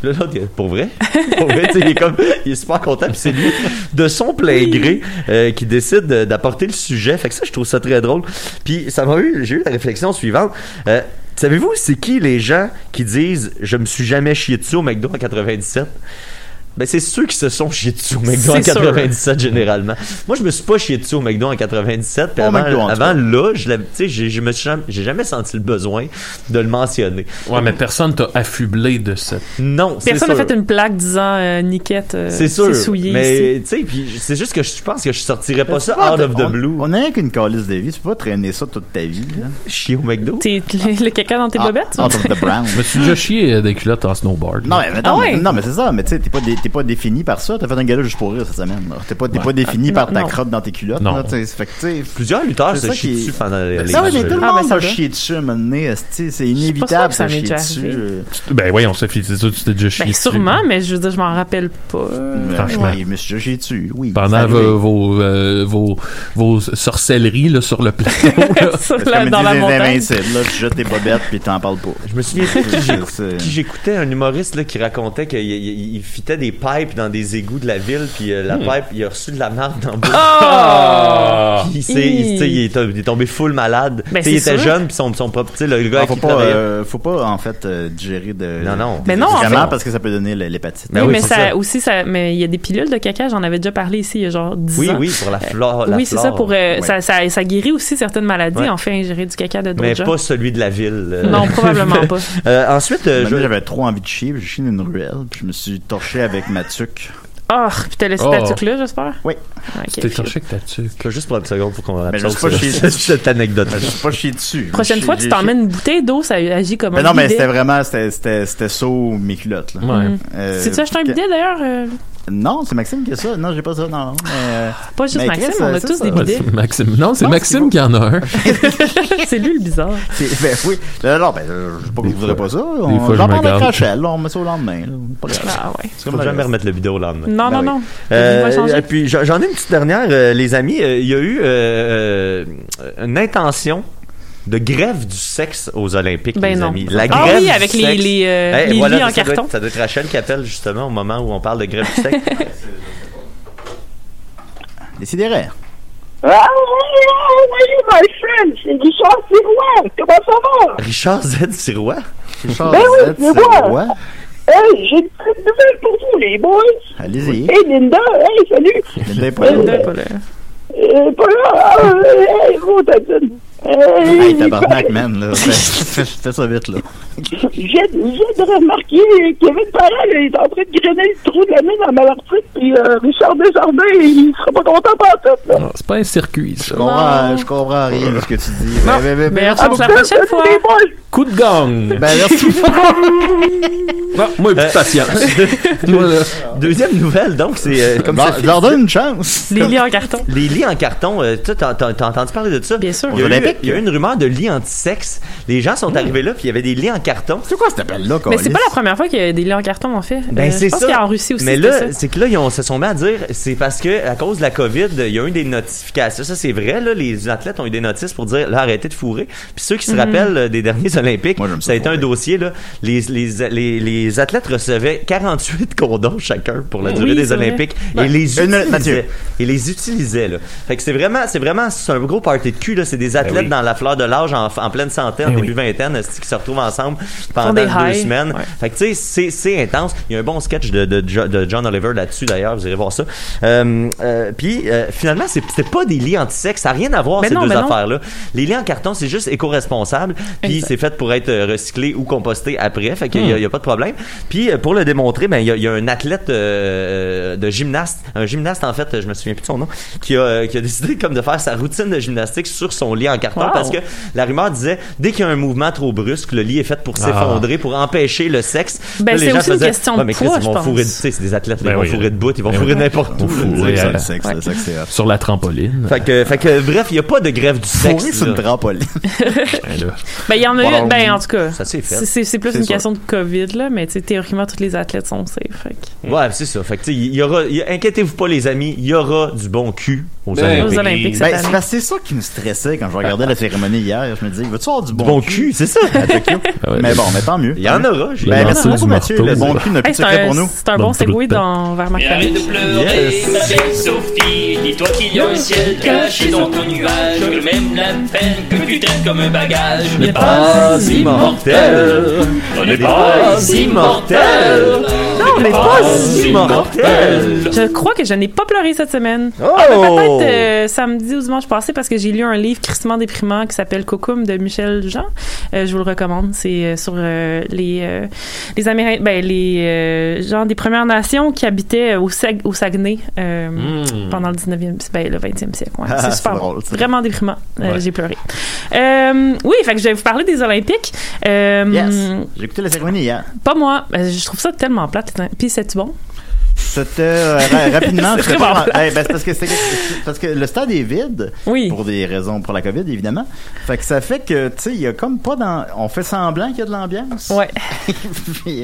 Puis Là, l'autre, il est, pour vrai? Pour vrai, tu sais, il est comme, il est super content, puis c'est lui, de son plein gré, euh, qui décide de- d'apporter le sujet. Fait que ça, je trouve ça très drôle. Puis ça m'a eu, j'ai eu la réflexion suivante. Euh, Savez-vous, c'est qui les gens qui disent je me suis jamais chié dessus au McDo en 97? Ben, c'est ceux qui se sont chiés dessus au McDo en
C'est sûr.
97, généralement. Moi, je me suis pas chié dessus au McDo en 97, puis
Au
avant,
McDo, en tout
avant là, je l'avais- tu sais, j'ai- je me suis jamais- j'ai jamais senti le besoin de le mentionner.
Ouais, mais personne t'a affublé de cette.
Non, c'est
Personne n'a
sûr.
fait une plaque disant euh, Niquette, euh,
C'est sûr.
souillé
mais
ici.
tu sais, puis c'est juste que je pense que je sortirais pas ça
Pas
out
de-
of the
on-
blue.
On a rien qu'une calice de vie. Tu peux pas traîner ça toute ta vie. là.
Chier au McDo.
T'es le, le caca
Ah,
dans tes bobettes? ça?
Je me suis déjà chié euh, des culottes en snowboard.
Non, mais,
Ah
attends,
ouais?
mais- non, mais c'est ça. Mais tu sais, t'es pas, dé- t'es pas défini par ça. T'as fait un gala juste pour rire cette semaine. là. T'es pas, t'es
Ouais.
pas défini
Ah,
par ta
non.
crotte dans tes culottes.
Non.
là, tu sais. Fait que, tu sais,
Plusieurs lutteurs
c'est
se
ça
chient
qui est-
dessus pendant les. les
Ah oui, mais
matchs.
tout le
Ah, ben,
monde
ça
va
va.
chier dessus à un moment donné. esti, C'est
pas
inévitable
sûr
de
que ça m'est
chier
déjà
dessus.
arrivé.
euh.
Ben voyons, Sophie, c'est ça, tu t'es déjà chié
Ben
dessus.
sûrement, mais je veux dire, je m'en rappelle pas.
Franchement.
Euh, Je me suis déjà chié dessus, oui.
Pendant
ça
vos,
arrive.
vos, euh, vos, vos sorcelleries là, sur le plateau. là.
Sur
C'est comme ils disent les invincibles, ben, là, tu jettes tes bobettes puis t'en parles pas.
Je me souviens plus qui
C'est- euh,
j'éc- qui j'écoutais, un humoriste là, qui racontait qu'il il- il fitait des pipes dans des égouts de la ville, puis euh, la
Hmm.
pipe, il a reçu de la marde dans le bout.
Ah!
Puis il, s'est- il- tu sais, il est, tom- il est tombé full malade.
Ben,
Tu sais, il
c'est
était
sûr.
jeune, puis son, son propre. tu sais, Le gars
Ah,
avec
faut
qui
pas,
travaillait.
euh, faut pas en fait euh, digérer de.
Non, non.
des
Mais non, en
médicaments
fait-
parce que ça peut donner l- l'hépatite.
oui, mais ça, aussi, ça, mais il y a des pilules de caca, j'en avais déjà parlé ici il y a genre 10
Oui,
ans.
oui, pour la flore. la
Euh, oui, c'est
flore.
ça, pour, euh,
Ouais.
ça, ça, ça guérit aussi certaines maladies,
Ouais.
en fait, ingérer du caca de
Mais
d'autres gens.
pas celui de la ville. euh.
Non, probablement pas.
Euh, ensuite, euh,
Même
je-
j'avais trop envie de chier, puis j'ai chié dans une ruelle, puis je me suis torché avec ma tuque.
Ah, puis t'as laissé
Oh.
ta tuque-là, j'espère?
Oui.
T'es torché
que t'as-tu.
Faut juste prendre une seconde pour qu'on
Mais je
absorbe
suis pas
ce-
chier-
cette anecdote.
Je suis pas chier dessus.
Prochaine
J'ai-
fois, tu
j'ai-
t'emmènes une bouteille d'eau, ça agit comme
Mais
un
non, mais
bidet.
c'était vraiment, c'était- c'était c'était saut mes culottes. Là.
Ouais.
Euh,
C'est-tu acheté un
que-
bidet, d'ailleurs? euh?
Non, c'est Maxime qui a ça. Non, j'ai pas ça, non. Mais, euh,
Pas juste
mais
Maxime,
Chris,
on
euh,
a
ça,
tous
ça-
des bidets.
Maxime. Non, c'est Maxime qui en a un.
c'est lui le bizarre.
C'est- Ben oui. Non, non, ben, euh, je sais pas que vous voudrez pas ça.
des
On
fois, je
j'en
me
parle avec
garde.
Rachel, là, on met ça au lendemain. là. Pas grave.
Ah ouais.
Faut jamais remettre le vidéo au lendemain.
Non,
Ben
non,
oui.
non.
Euh,
La vie va changer.
et puis j'en j'en ai une petite dernière, euh, les amis. Euh, Il y a eu euh, euh, une intention de grève du sexe aux Olympiques,
Ben
les
non.
amis. La
Ah
grève
oui,
du
avec les-
sexe.
les, euh, les lits en
ça doit
carton.
être- ça doit être Rachel qui appelle justement au moment où on parle de grève du sexe.
Décidérez.
Ah, oh, my friend, c'est Richard Sirois. Comment ça va?
Richard Z. Sirois.
Richard
Ben oui,
Z,
c'est
c'est
moi.
moi.
Hey, j'ai une petite nouvelle pour vous, les boys.
Allez-y.
Hey, Linda, hey, salut.
Linda est pas là.
Linda est pas Euh, pas là. Ah, euh, hey, gros, t'as dit. Hey,
Hey, tabarnak, man, là. Fais- Fais fais ça vite, là.
J'ai j'ai remarqué euh, Kevin Parent, là, il est en train de grainer le trou de la mine à Malartic, puis euh, Richard Desjardins, il sera pas content par tout. Là.
C'est pas un circuit, ça.
Je comprends, je comprends rien de ce que tu dis.
Non.
Ben, ben, ben,
Mais
ben,
on se la
ben,
prochaine
ben,
fois.
ben, ben,
Coup de gang.
Ben, euh, merci.
Ah, moi, une petite patience. Moi, là.
Euh, Deuxième nouvelle, donc, c'est euh, comme
Bon,
ça.
je leur
donne une chance.
Les lits en carton.
Les lits en carton. euh, tu sais, t'as t'as- t'as entendu parler de ça? Bien sûr. Il y
Aux
a, eu,
Olympiques.
il y a eu une rumeur de lits anti-sexe. Les gens sont arrivés là, puis il y avait des lits en carton.
C'est quoi cet appel-là,
Mais c'est pas la première fois qu'il y a des lits en carton, en fait.
Ben,
Euh,
c'est
Je pense
ça.
qu'il y a en Russie aussi.
Mais
c'était
là,
ça.
c'est que là, ils ont- se sont mis à dire, c'est parce que, à cause de la COVID, il y a eu des notifications. Ça, c'est vrai, là. Les athlètes ont eu des notices pour dire, là, arrêtez de fourrer. Puis ceux qui se
Mhm.
rappellent euh, des derniers Olympiques, ça a été un dossier, là. Les, les, les, les athlètes recevaient 48 condoms chacun pour la
Oui,
durée des
c'est vrai.
Olympiques.
Ouais.
Et les
Une minute, Mathieu.
utilisaient. Et les utilisaient, là. Fait que c'est vraiment, c'est vraiment, c'est un gros party de cul, là. C'est des athlètes
Ben oui.
dans la fleur de l'âge, en, en pleine santé, en
Ben
début vingtaine, esti, qui se retrouvent ensemble
font
pendant
des
deux
highs.
semaines. Fait que tu sais, c'est- c'est intense. Il y a un bon sketch de, de, Jo- de John Oliver là-dessus d'ailleurs, vous irez voir ça. Euh, euh, Puis euh, finalement, c'est c'est pas des lits anti-sexe, ça n'a rien à voir
Ben
ces
non,
deux
ben non.
affaires-là. Les lits en carton, c'est juste éco-responsable, puis
Exact.
c'est fait pour être euh, recyclé ou composté après, fait qu'il y, a-
Hmm.
il y a pas de problème. Puis euh, pour le démontrer, ben il y, a- il y a un athlète euh, de gymnaste, un gymnaste en fait, je me souviens plus de son nom, qui a, euh, qui a décidé comme de faire sa routine de gymnastique sur son lit en carton
Wow.
parce que la rumeur disait dès qu'il y a un mouvement trop brusque, le lit est fait pour
Ah.
s'effondrer, pour empêcher le sexe. Là,
Ben,
les
c'est
gens
aussi une
faisaient,
question de
Ouais, mais Chris,
poids,
ils
je
vont
pense.
fourrer de- tu sais, c'est des athlètes, là,
Ben
ils vont
oui.
fourrer de bout, ils vont
Ben
fourrer
oui.
n'importe où.
On fourrait
là, tu
à-
sais. Ouais.
Sur la trampoline.
Fait que, fait que, bref, il n'y a pas de grève du sexe.
Fourrer sur
là.
une Ben, là.
Ben, il y en a eu.
Bon.
Ben, en tout cas.
Ça s'est fait.
C'est- C'est c'est plus
C'est
une
sûr.
question de COVID, là. Mais, tu sais, théoriquement, tous les athlètes sont safe. fait que-
Ouais, c'est ça. Fait que, tu sais, il y aura, il y a- inquiétez-vous pas, les amis, il y aura du bon cul aux
Ben,
Olympiques.
ben, c'est parce que c'est ça qui me stressait quand je regardais la cérémonie hier. Je me disais, vas-tu avoir du bon,
bon cul, c'est ça?
à Tokyo? Mais bon, mais tant mieux.
Il y en
Tant mieux.
aura, j'ai-
Ben,
Il y en
merci
aura.
beaucoup, Mathieu.
Marteau,
Le bon
c'est-
cul n'a plus
Hey,
de
c'est
secret
un,
pour nous.
c'est un bon segway dans vers Marc
Et arrête de pleurer,
Yes.
ma belle Sophie. Dis-toi qu'il y a un ciel caché dans ton nuage. Que même la peine que tu traînes comme un bagage n'est pas immortel. On n'est pas immortel.
Non, mais
pas si mortel.
Je crois que je n'ai pas pleuré cette semaine.
Oh!
Ah, mais peut-être euh, samedi ou dimanche passé parce que j'ai lu un livre crissement déprimant qui s'appelle Cocoum de Michel Jean. Euh, je vous le recommande. C'est euh, sur euh, les euh, les Amérindiens, ben, les euh, gens des Premières Nations qui habitaient euh, au, Sag- au Saguenay euh,
Mm.
pendant le 19e, ben, le 20e siècle. ouais.
Ah,
c'est
c'est
super bon.
drôle, ça.
Vraiment déprimant. Euh,
Ouais.
J'ai pleuré. Euh, oui, fait que je vais vous parler des Olympiques. Euh,
J'ai écouté la cérémonie hier.
Pas moi. Ben, je trouve ça tellement plate. les Olympiques. Puis c'est-tu bon?
C'était euh, ra- rapidement.
C'est
c'était
vraiment
pas-
plate.
Eh ben, c'est parce que c'est- c'est parce que le stade est vide pour des raisons pour la Covid évidemment. Fait que ça fait que tu sais il y a comme pas dans on fait semblant qu'il y a de l'ambiance.
Ouais.
Il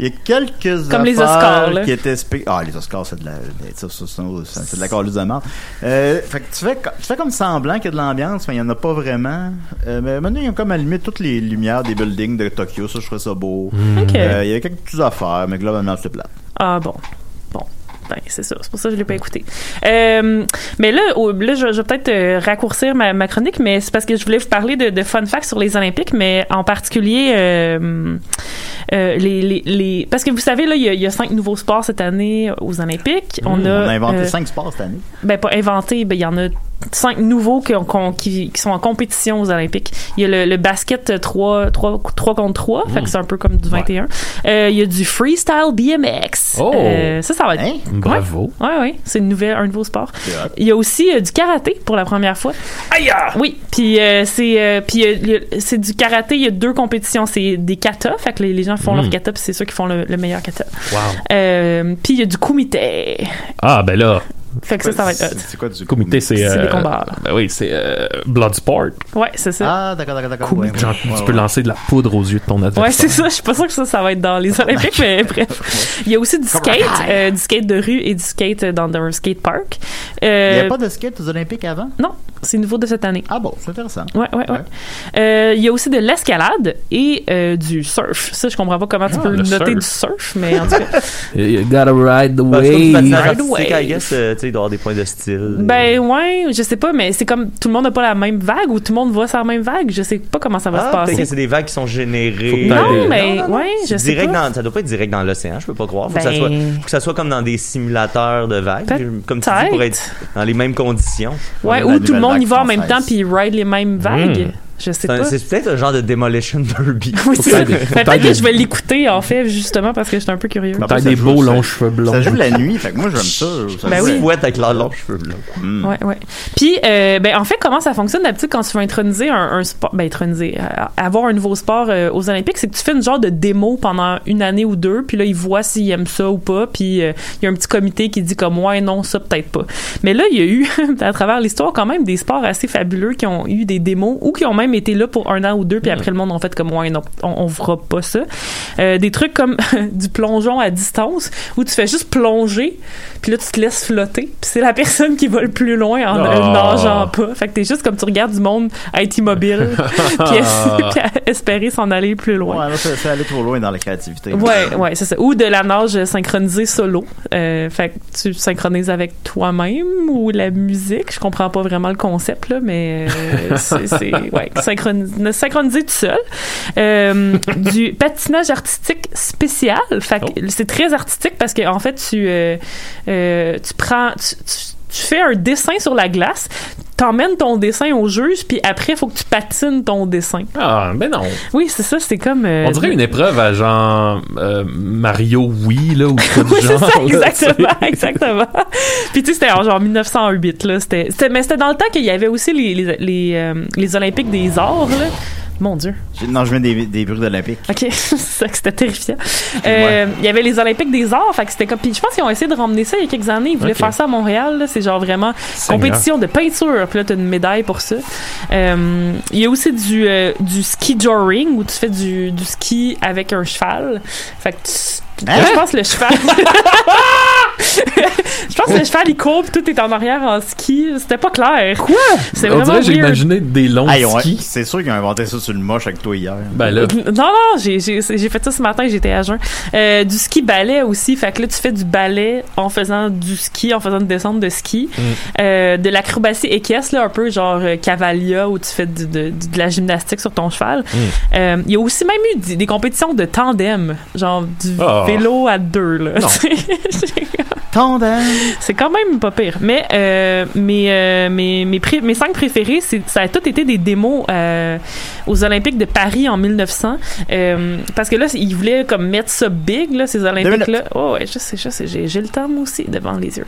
y a quelques
Comme les
affaires
Oscars, là.
qui étaient spé- ah les Oscars c'est de la ben, ça, ça, ça, ça, c'est de la calice de merde. Euh, fait que tu fais co- tu fais comme semblant qu'il y a de l'ambiance mais il y en a pas vraiment. Euh, mais maintenant ils ont comme allumé toutes les lumières des buildings de Tokyo ça je trouvais ça beau.
Hmm.
Ok.
Euh, il y a quelques petites affaires mais globalement c'est plat.
Ah bon. Bon. Ben, c'est ça. C'est pour ça que je l'ai pas écouté. Euh, mais là, au- là je, je vais peut-être euh, raccourcir ma, ma chronique, mais c'est parce que je voulais vous parler de, de fun facts sur les Olympiques, mais en particulier euh, euh, les, les, les- Parce que vous savez, là, il y, a- il y a cinq nouveaux sports cette année aux Olympiques. On a,
inventé
euh,
cinq sports cette année.
Ben, pas inventé, ben, il y en a cinq nouveaux qui, ont- qu'on- qui- qui sont en compétition aux Olympiques. Il y a le, le basket 3, 3, contre 3, fait
Mm.
que c'est un peu comme du 21. Euh, il y a du freestyle BMX.
Oh!
Euh, ça, ça va être...
Hein?
Ouais.
Bravo.
Ouais, ouais, c'est une nouvelle, un nouveau sport.
C'est hot.
Il y a aussi euh, du karaté pour la première fois. Aïe! Oui, puis euh, c'est euh, puis euh, il y a- c'est du karaté, il y a deux compétitions, c'est des kata, fait que les, les gens font
Mm.
Hmm.
leur kata, puis c'est ceux qui font le, le meilleur kata.
Wow.
Euh, puis il y a du kumite.
Ah, ben là.
Fait que ça, ça va être hot.
C'est quoi du
comité? C'est
C'est des
euh,
combats, là.
Ben oui, c'est euh, Bloodsport.
Ouais, c'est ça.
Ah, d'accord, d'accord, d'accord.
Cool.
Ouais, ouais,
Genre,
ouais,
tu
ouais.
peux lancer de la poudre aux yeux de ton adversaire.
Ouais, c'est ça. Je suis pas sûre que ça, ça va être dans les Olympiques, mais bref. Il y a aussi du skate, euh, du skate de rue et du skate euh, dans un skate park.
Il n'y
Euh,
a pas de skate aux Olympiques avant?
Non, c'est nouveau de cette année.
Ah bon, c'est intéressant.
Ouais, ouais, ouais. Euh, Il y a aussi de l'escalade et euh, du surf. Ça, je comprends pas comment tu
Ah,
peux
le
noter
surf.
du surf, mais en tout cas.
You gotta ride the
Parce que Ah, comme du
wave.
patinage
Right
artistique,
away.
I guess, euh, tu sais, il doit y avoir des points de style.
Ben ouais, je sais pas, mais c'est comme tout le monde n'a pas la même vague ou tout le monde voit sa même vague. Je sais pas comment ça va se
Ah, peut-être que
passer.
c'est des vagues qui sont générées.
Faut que t'ailles- Non, mais ouais, je sais
direct
pas.
Dans, ça doit pas être direct dans l'océan, je peux pas croire. Faut, que ça
Ben-
soit, faut que ça soit comme dans des simulateurs de vagues. Comme tu dis, pour être dans les mêmes conditions.
Ouais, ou tout le monde y va en même temps puis ils ride les mêmes vagues. Je sais
C'est un-
pas.
C'est peut-être un genre de demolition derby.
Oui, c'est ça. Fait Peut-être que je vais l'écouter, en fait, justement, parce que je suis un peu curieux.
T'as des beaux longs cheveux blonds.
Ça joue la nuit, fait que moi j'aime ça. ça
Ben
me
oui.
fouette avec leurs longs cheveux blonds. Mm.
Ouais, ouais. Puis, euh, ben, en fait, comment ça fonctionne d'habitude quand tu veux introniser un, un sport, ben, introniser, euh, avoir un nouveau sport euh, aux Olympiques, c'est que tu fais une genre de démo pendant une année ou deux, puis là, ils voient s'ils aiment ça ou pas, puis euh, il y a un petit comité qui dit comme, ouais, non, ça, peut-être pas. Mais là, il y a eu, à travers l'histoire, quand même, des sports assez fabuleux qui ont eu des démos ou qui ont même été là pour un an ou deux, puis après, le monde, en fait, comme, ouais, non, on, on fera pas ça. Euh, des trucs comme du plongeon à distance, où tu fais juste plonger, puis là, tu te laisses flotter, puis c'est la personne qui va le plus loin en
Ah.
euh, nageant pas. Fait que t'es juste comme tu regardes du monde être immobile puis, es- puis à- espérer s'en aller plus loin.
Ouais, là, ça, ça allait trop loin dans la créativité.
Ouais, ouais, c'est ça. Ou de la nage synchronisée solo. Euh, fait que tu synchronises avec toi-même ou la musique. Je comprends pas vraiment le concept, là, mais euh, c'est, c'est- ouais, synchronis- synchroniser tout seul. Euh, du patinage artistique spécial. Fait que
Oh.
c'est très artistique parce que, en fait, tu, euh, euh, tu prends, tu- tu- tu fais un dessin sur la glace, t'emmènes ton dessin au juge, puis après, il faut que tu patines ton dessin.
Ah, ben non.
Oui, c'est ça, c'est comme... euh,
On dirait une épreuve à genre euh, Mario Wii, là, ou quoi du
oui, c'est
genre.
ça,
là,
exactement,
tu sais.
exactement. Puis tu sais, c'était en genre 1908, là. C'était, c'était- mais c'était dans le temps qu'il y avait aussi les, les, les, euh, les Olympiques des Arts, là. Mon Dieu.
J'ai- Non, je mets des, des bruits d'Olympique.
OK, c'est ça que c'était terrifiant. Euh, Il y avait les Olympiques des Arts, fait que c'était comme... Puis je pense qu'ils ont essayé de ramener ça il y a quelques années. Ils voulaient
Ok.
faire ça à Montréal, là. C'est genre vraiment
Seigneur.
compétition de peinture. Puis là, t'as une médaille pour ça. Euh, Il y a aussi du, euh, du ski joring, où tu fais du, du ski avec un cheval. Fait que tu-
Hein?
Je pense que le cheval... Je pense que le cheval, il court, puis tout est en arrière en ski. C'était pas clair. Quoi? C'est
On
vraiment
dirait, j'ai
weird.
imaginé des longs
Hey, on-
skis.
C'est sûr qu'ils ont inventé ça sur le moche avec toi hier.
Ben là.
Non, non, j'ai, j'ai, j'ai fait ça ce matin, j'étais à jeun. Euh, du ski ballet aussi, fait que là, tu fais du ballet en faisant du ski, en faisant une descente de ski.
Mm.
Euh, de l'acrobatie équestre, là, un peu genre euh, cavalier, où tu fais du- de, de- de la gymnastique sur ton cheval.
Mm.
hmm.
Euh, Il y a aussi même eu des, des compétitions de tandem, genre du
Oh.
vélo à deux. Là.
Non.
Tandem!
C'est quand même pas pire. Mais euh, mes, euh, mes, mes, pré- mes cinq préférés, c'est- ça a tout été des démos euh, aux Olympiques de Paris en 1900. Euh, parce que là, ils voulaient comme mettre ça big, là, ces Olympiques-là. Oh, ouais, je sais, je sais, j'ai j'ai le temps, moi aussi, devant les yeux.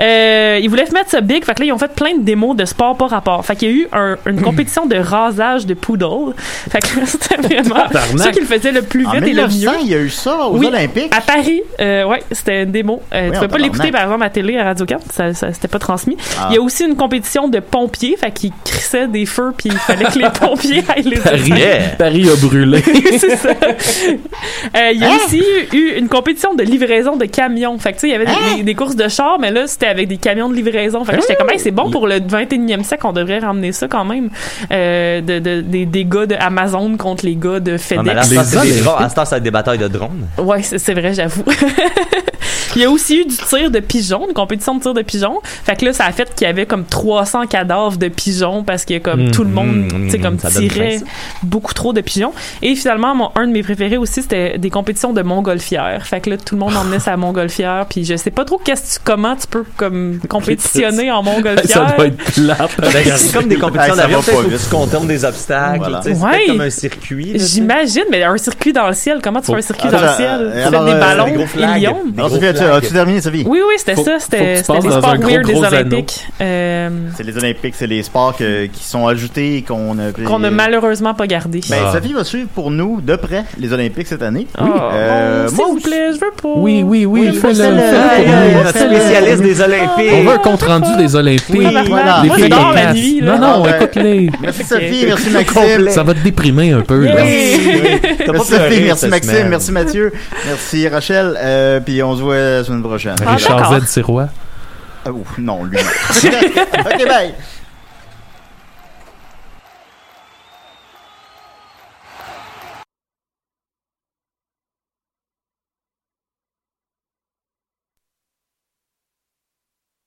Euh, ils voulaient mettre ça big. Fait que là, ils ont fait plein de démos de sport par rapport. Fait qu'il y a eu un- une compétition de rasage de poodle. Fait que là, c'était vraiment
Tabarnak.
ceux qui le faisaient le plus
En
vite et le
1900,
mieux.
il y a eu ça aux
Oui,
Olympiques.
À Paris, euh, ouais, c'était une démo. Euh,
Oui, en
tu peux pas
tabarnak.
l'écouter par exemple à télé, à Radio 4, ça, ça- c'était pas transmis.
Ah.
Il y a aussi une compétition de pompiers, fait qu'ils crissaient des feux puis il fallait que les pompiers aillent les
Paris,
éteindre.
Paris a brûlé.
c'est ça. Euh, il y a
Hein?
aussi eu- eu une compétition de livraison de camions. Fait que, tu sais, il y avait des,
Hein?
des- des courses de chars, mais là, c'était avec des camions de livraison. Fait que là, j'étais comme, Hey, c'est
Hein?
bon pour le 21e siècle, on devrait ramener ça quand même. Euh, de, de- des, des gars de Amazon contre les gars de
ben,
Non, mais à la
FedEx.
place, c'est des drones. À ce temps, ça va être des batailles de drones.
Ouais, c'est c'est vrai, j'avoue. Il y a aussi eu du tir de pigeons, une compétition de tir de pigeons. Fait que là, ça a fait qu'il y avait comme 300 cadavres de pigeons parce que comme
Mm,
tout le monde,
mm,
tu sais,
mm,
comme
ça donne
tirait
faim,
beaucoup trop de pigeons. Et finalement, mon, un de mes préférés aussi, c'était des compétitions de montgolfière. Fait que là, tout le monde emmenait sa montgolfière. Puis je sais pas trop qu'est-ce que tu- comment tu peux comme compétitionner en montgolfière.
Ça doit être plate. à
Ben, c'est comme des compétitions
Hey, ça
d'avion,
va pas
peut-être faut que
vite.
tu contournes des obstacles, tu sais, c'est
Ouais.
peut-être comme un circuit. là, tu sais.
J'imagine, mais un circuit dans le ciel, comment tu fais un circuit dans le ciel? Tu fais
Alors,
des
euh,
ballons,
des gros flags.
des lions?
Alors, tu fais- tu- as-tu terminé, Sophie?
Oui, oui, c'était
Faut-
ça.
faut que
C'était
tu
c'était
passes
les
dans
sports
un gros,
weird des
gros anneau.
Olympiques euh,
C'est les Olympiques, c'est les sports que- qui sont ajoutés et qu'on a. euh,
qu'on a malheureusement pas gardé.
Ben,
Ah.
Sophie va suivre pour nous de près les Olympiques cette année.
Oui.
Euh,
Oh, S'il
moi,
vous plaît, je veux pas.
Oui, oui, oui,
fais-le.
fais-le, fais-le
Aïe,
pour
aïe,
nous.
fais-le.
Spécialiste des Olympiques.
On veut un compte rendu des Olympiques.
Oui,
Ah,
voilà.
Des
Moi, je dors la
efficaces.
nuit, là.
Non, non,
Ah, ben,
écoute-les.
Merci Sophie,
Ok.
merci Maxime.
Complet. Ça va te déprimer un peu. là.
Oui.
T'as pas
Merci
pleuré
Sophie,
cette
merci Maxime,
semaine.
merci Mathieu, merci Rachel, euh, puis on se voit la semaine prochaine.
Richard Z. Sirois.
Ah, ouf, non, lui. non. ok, bye.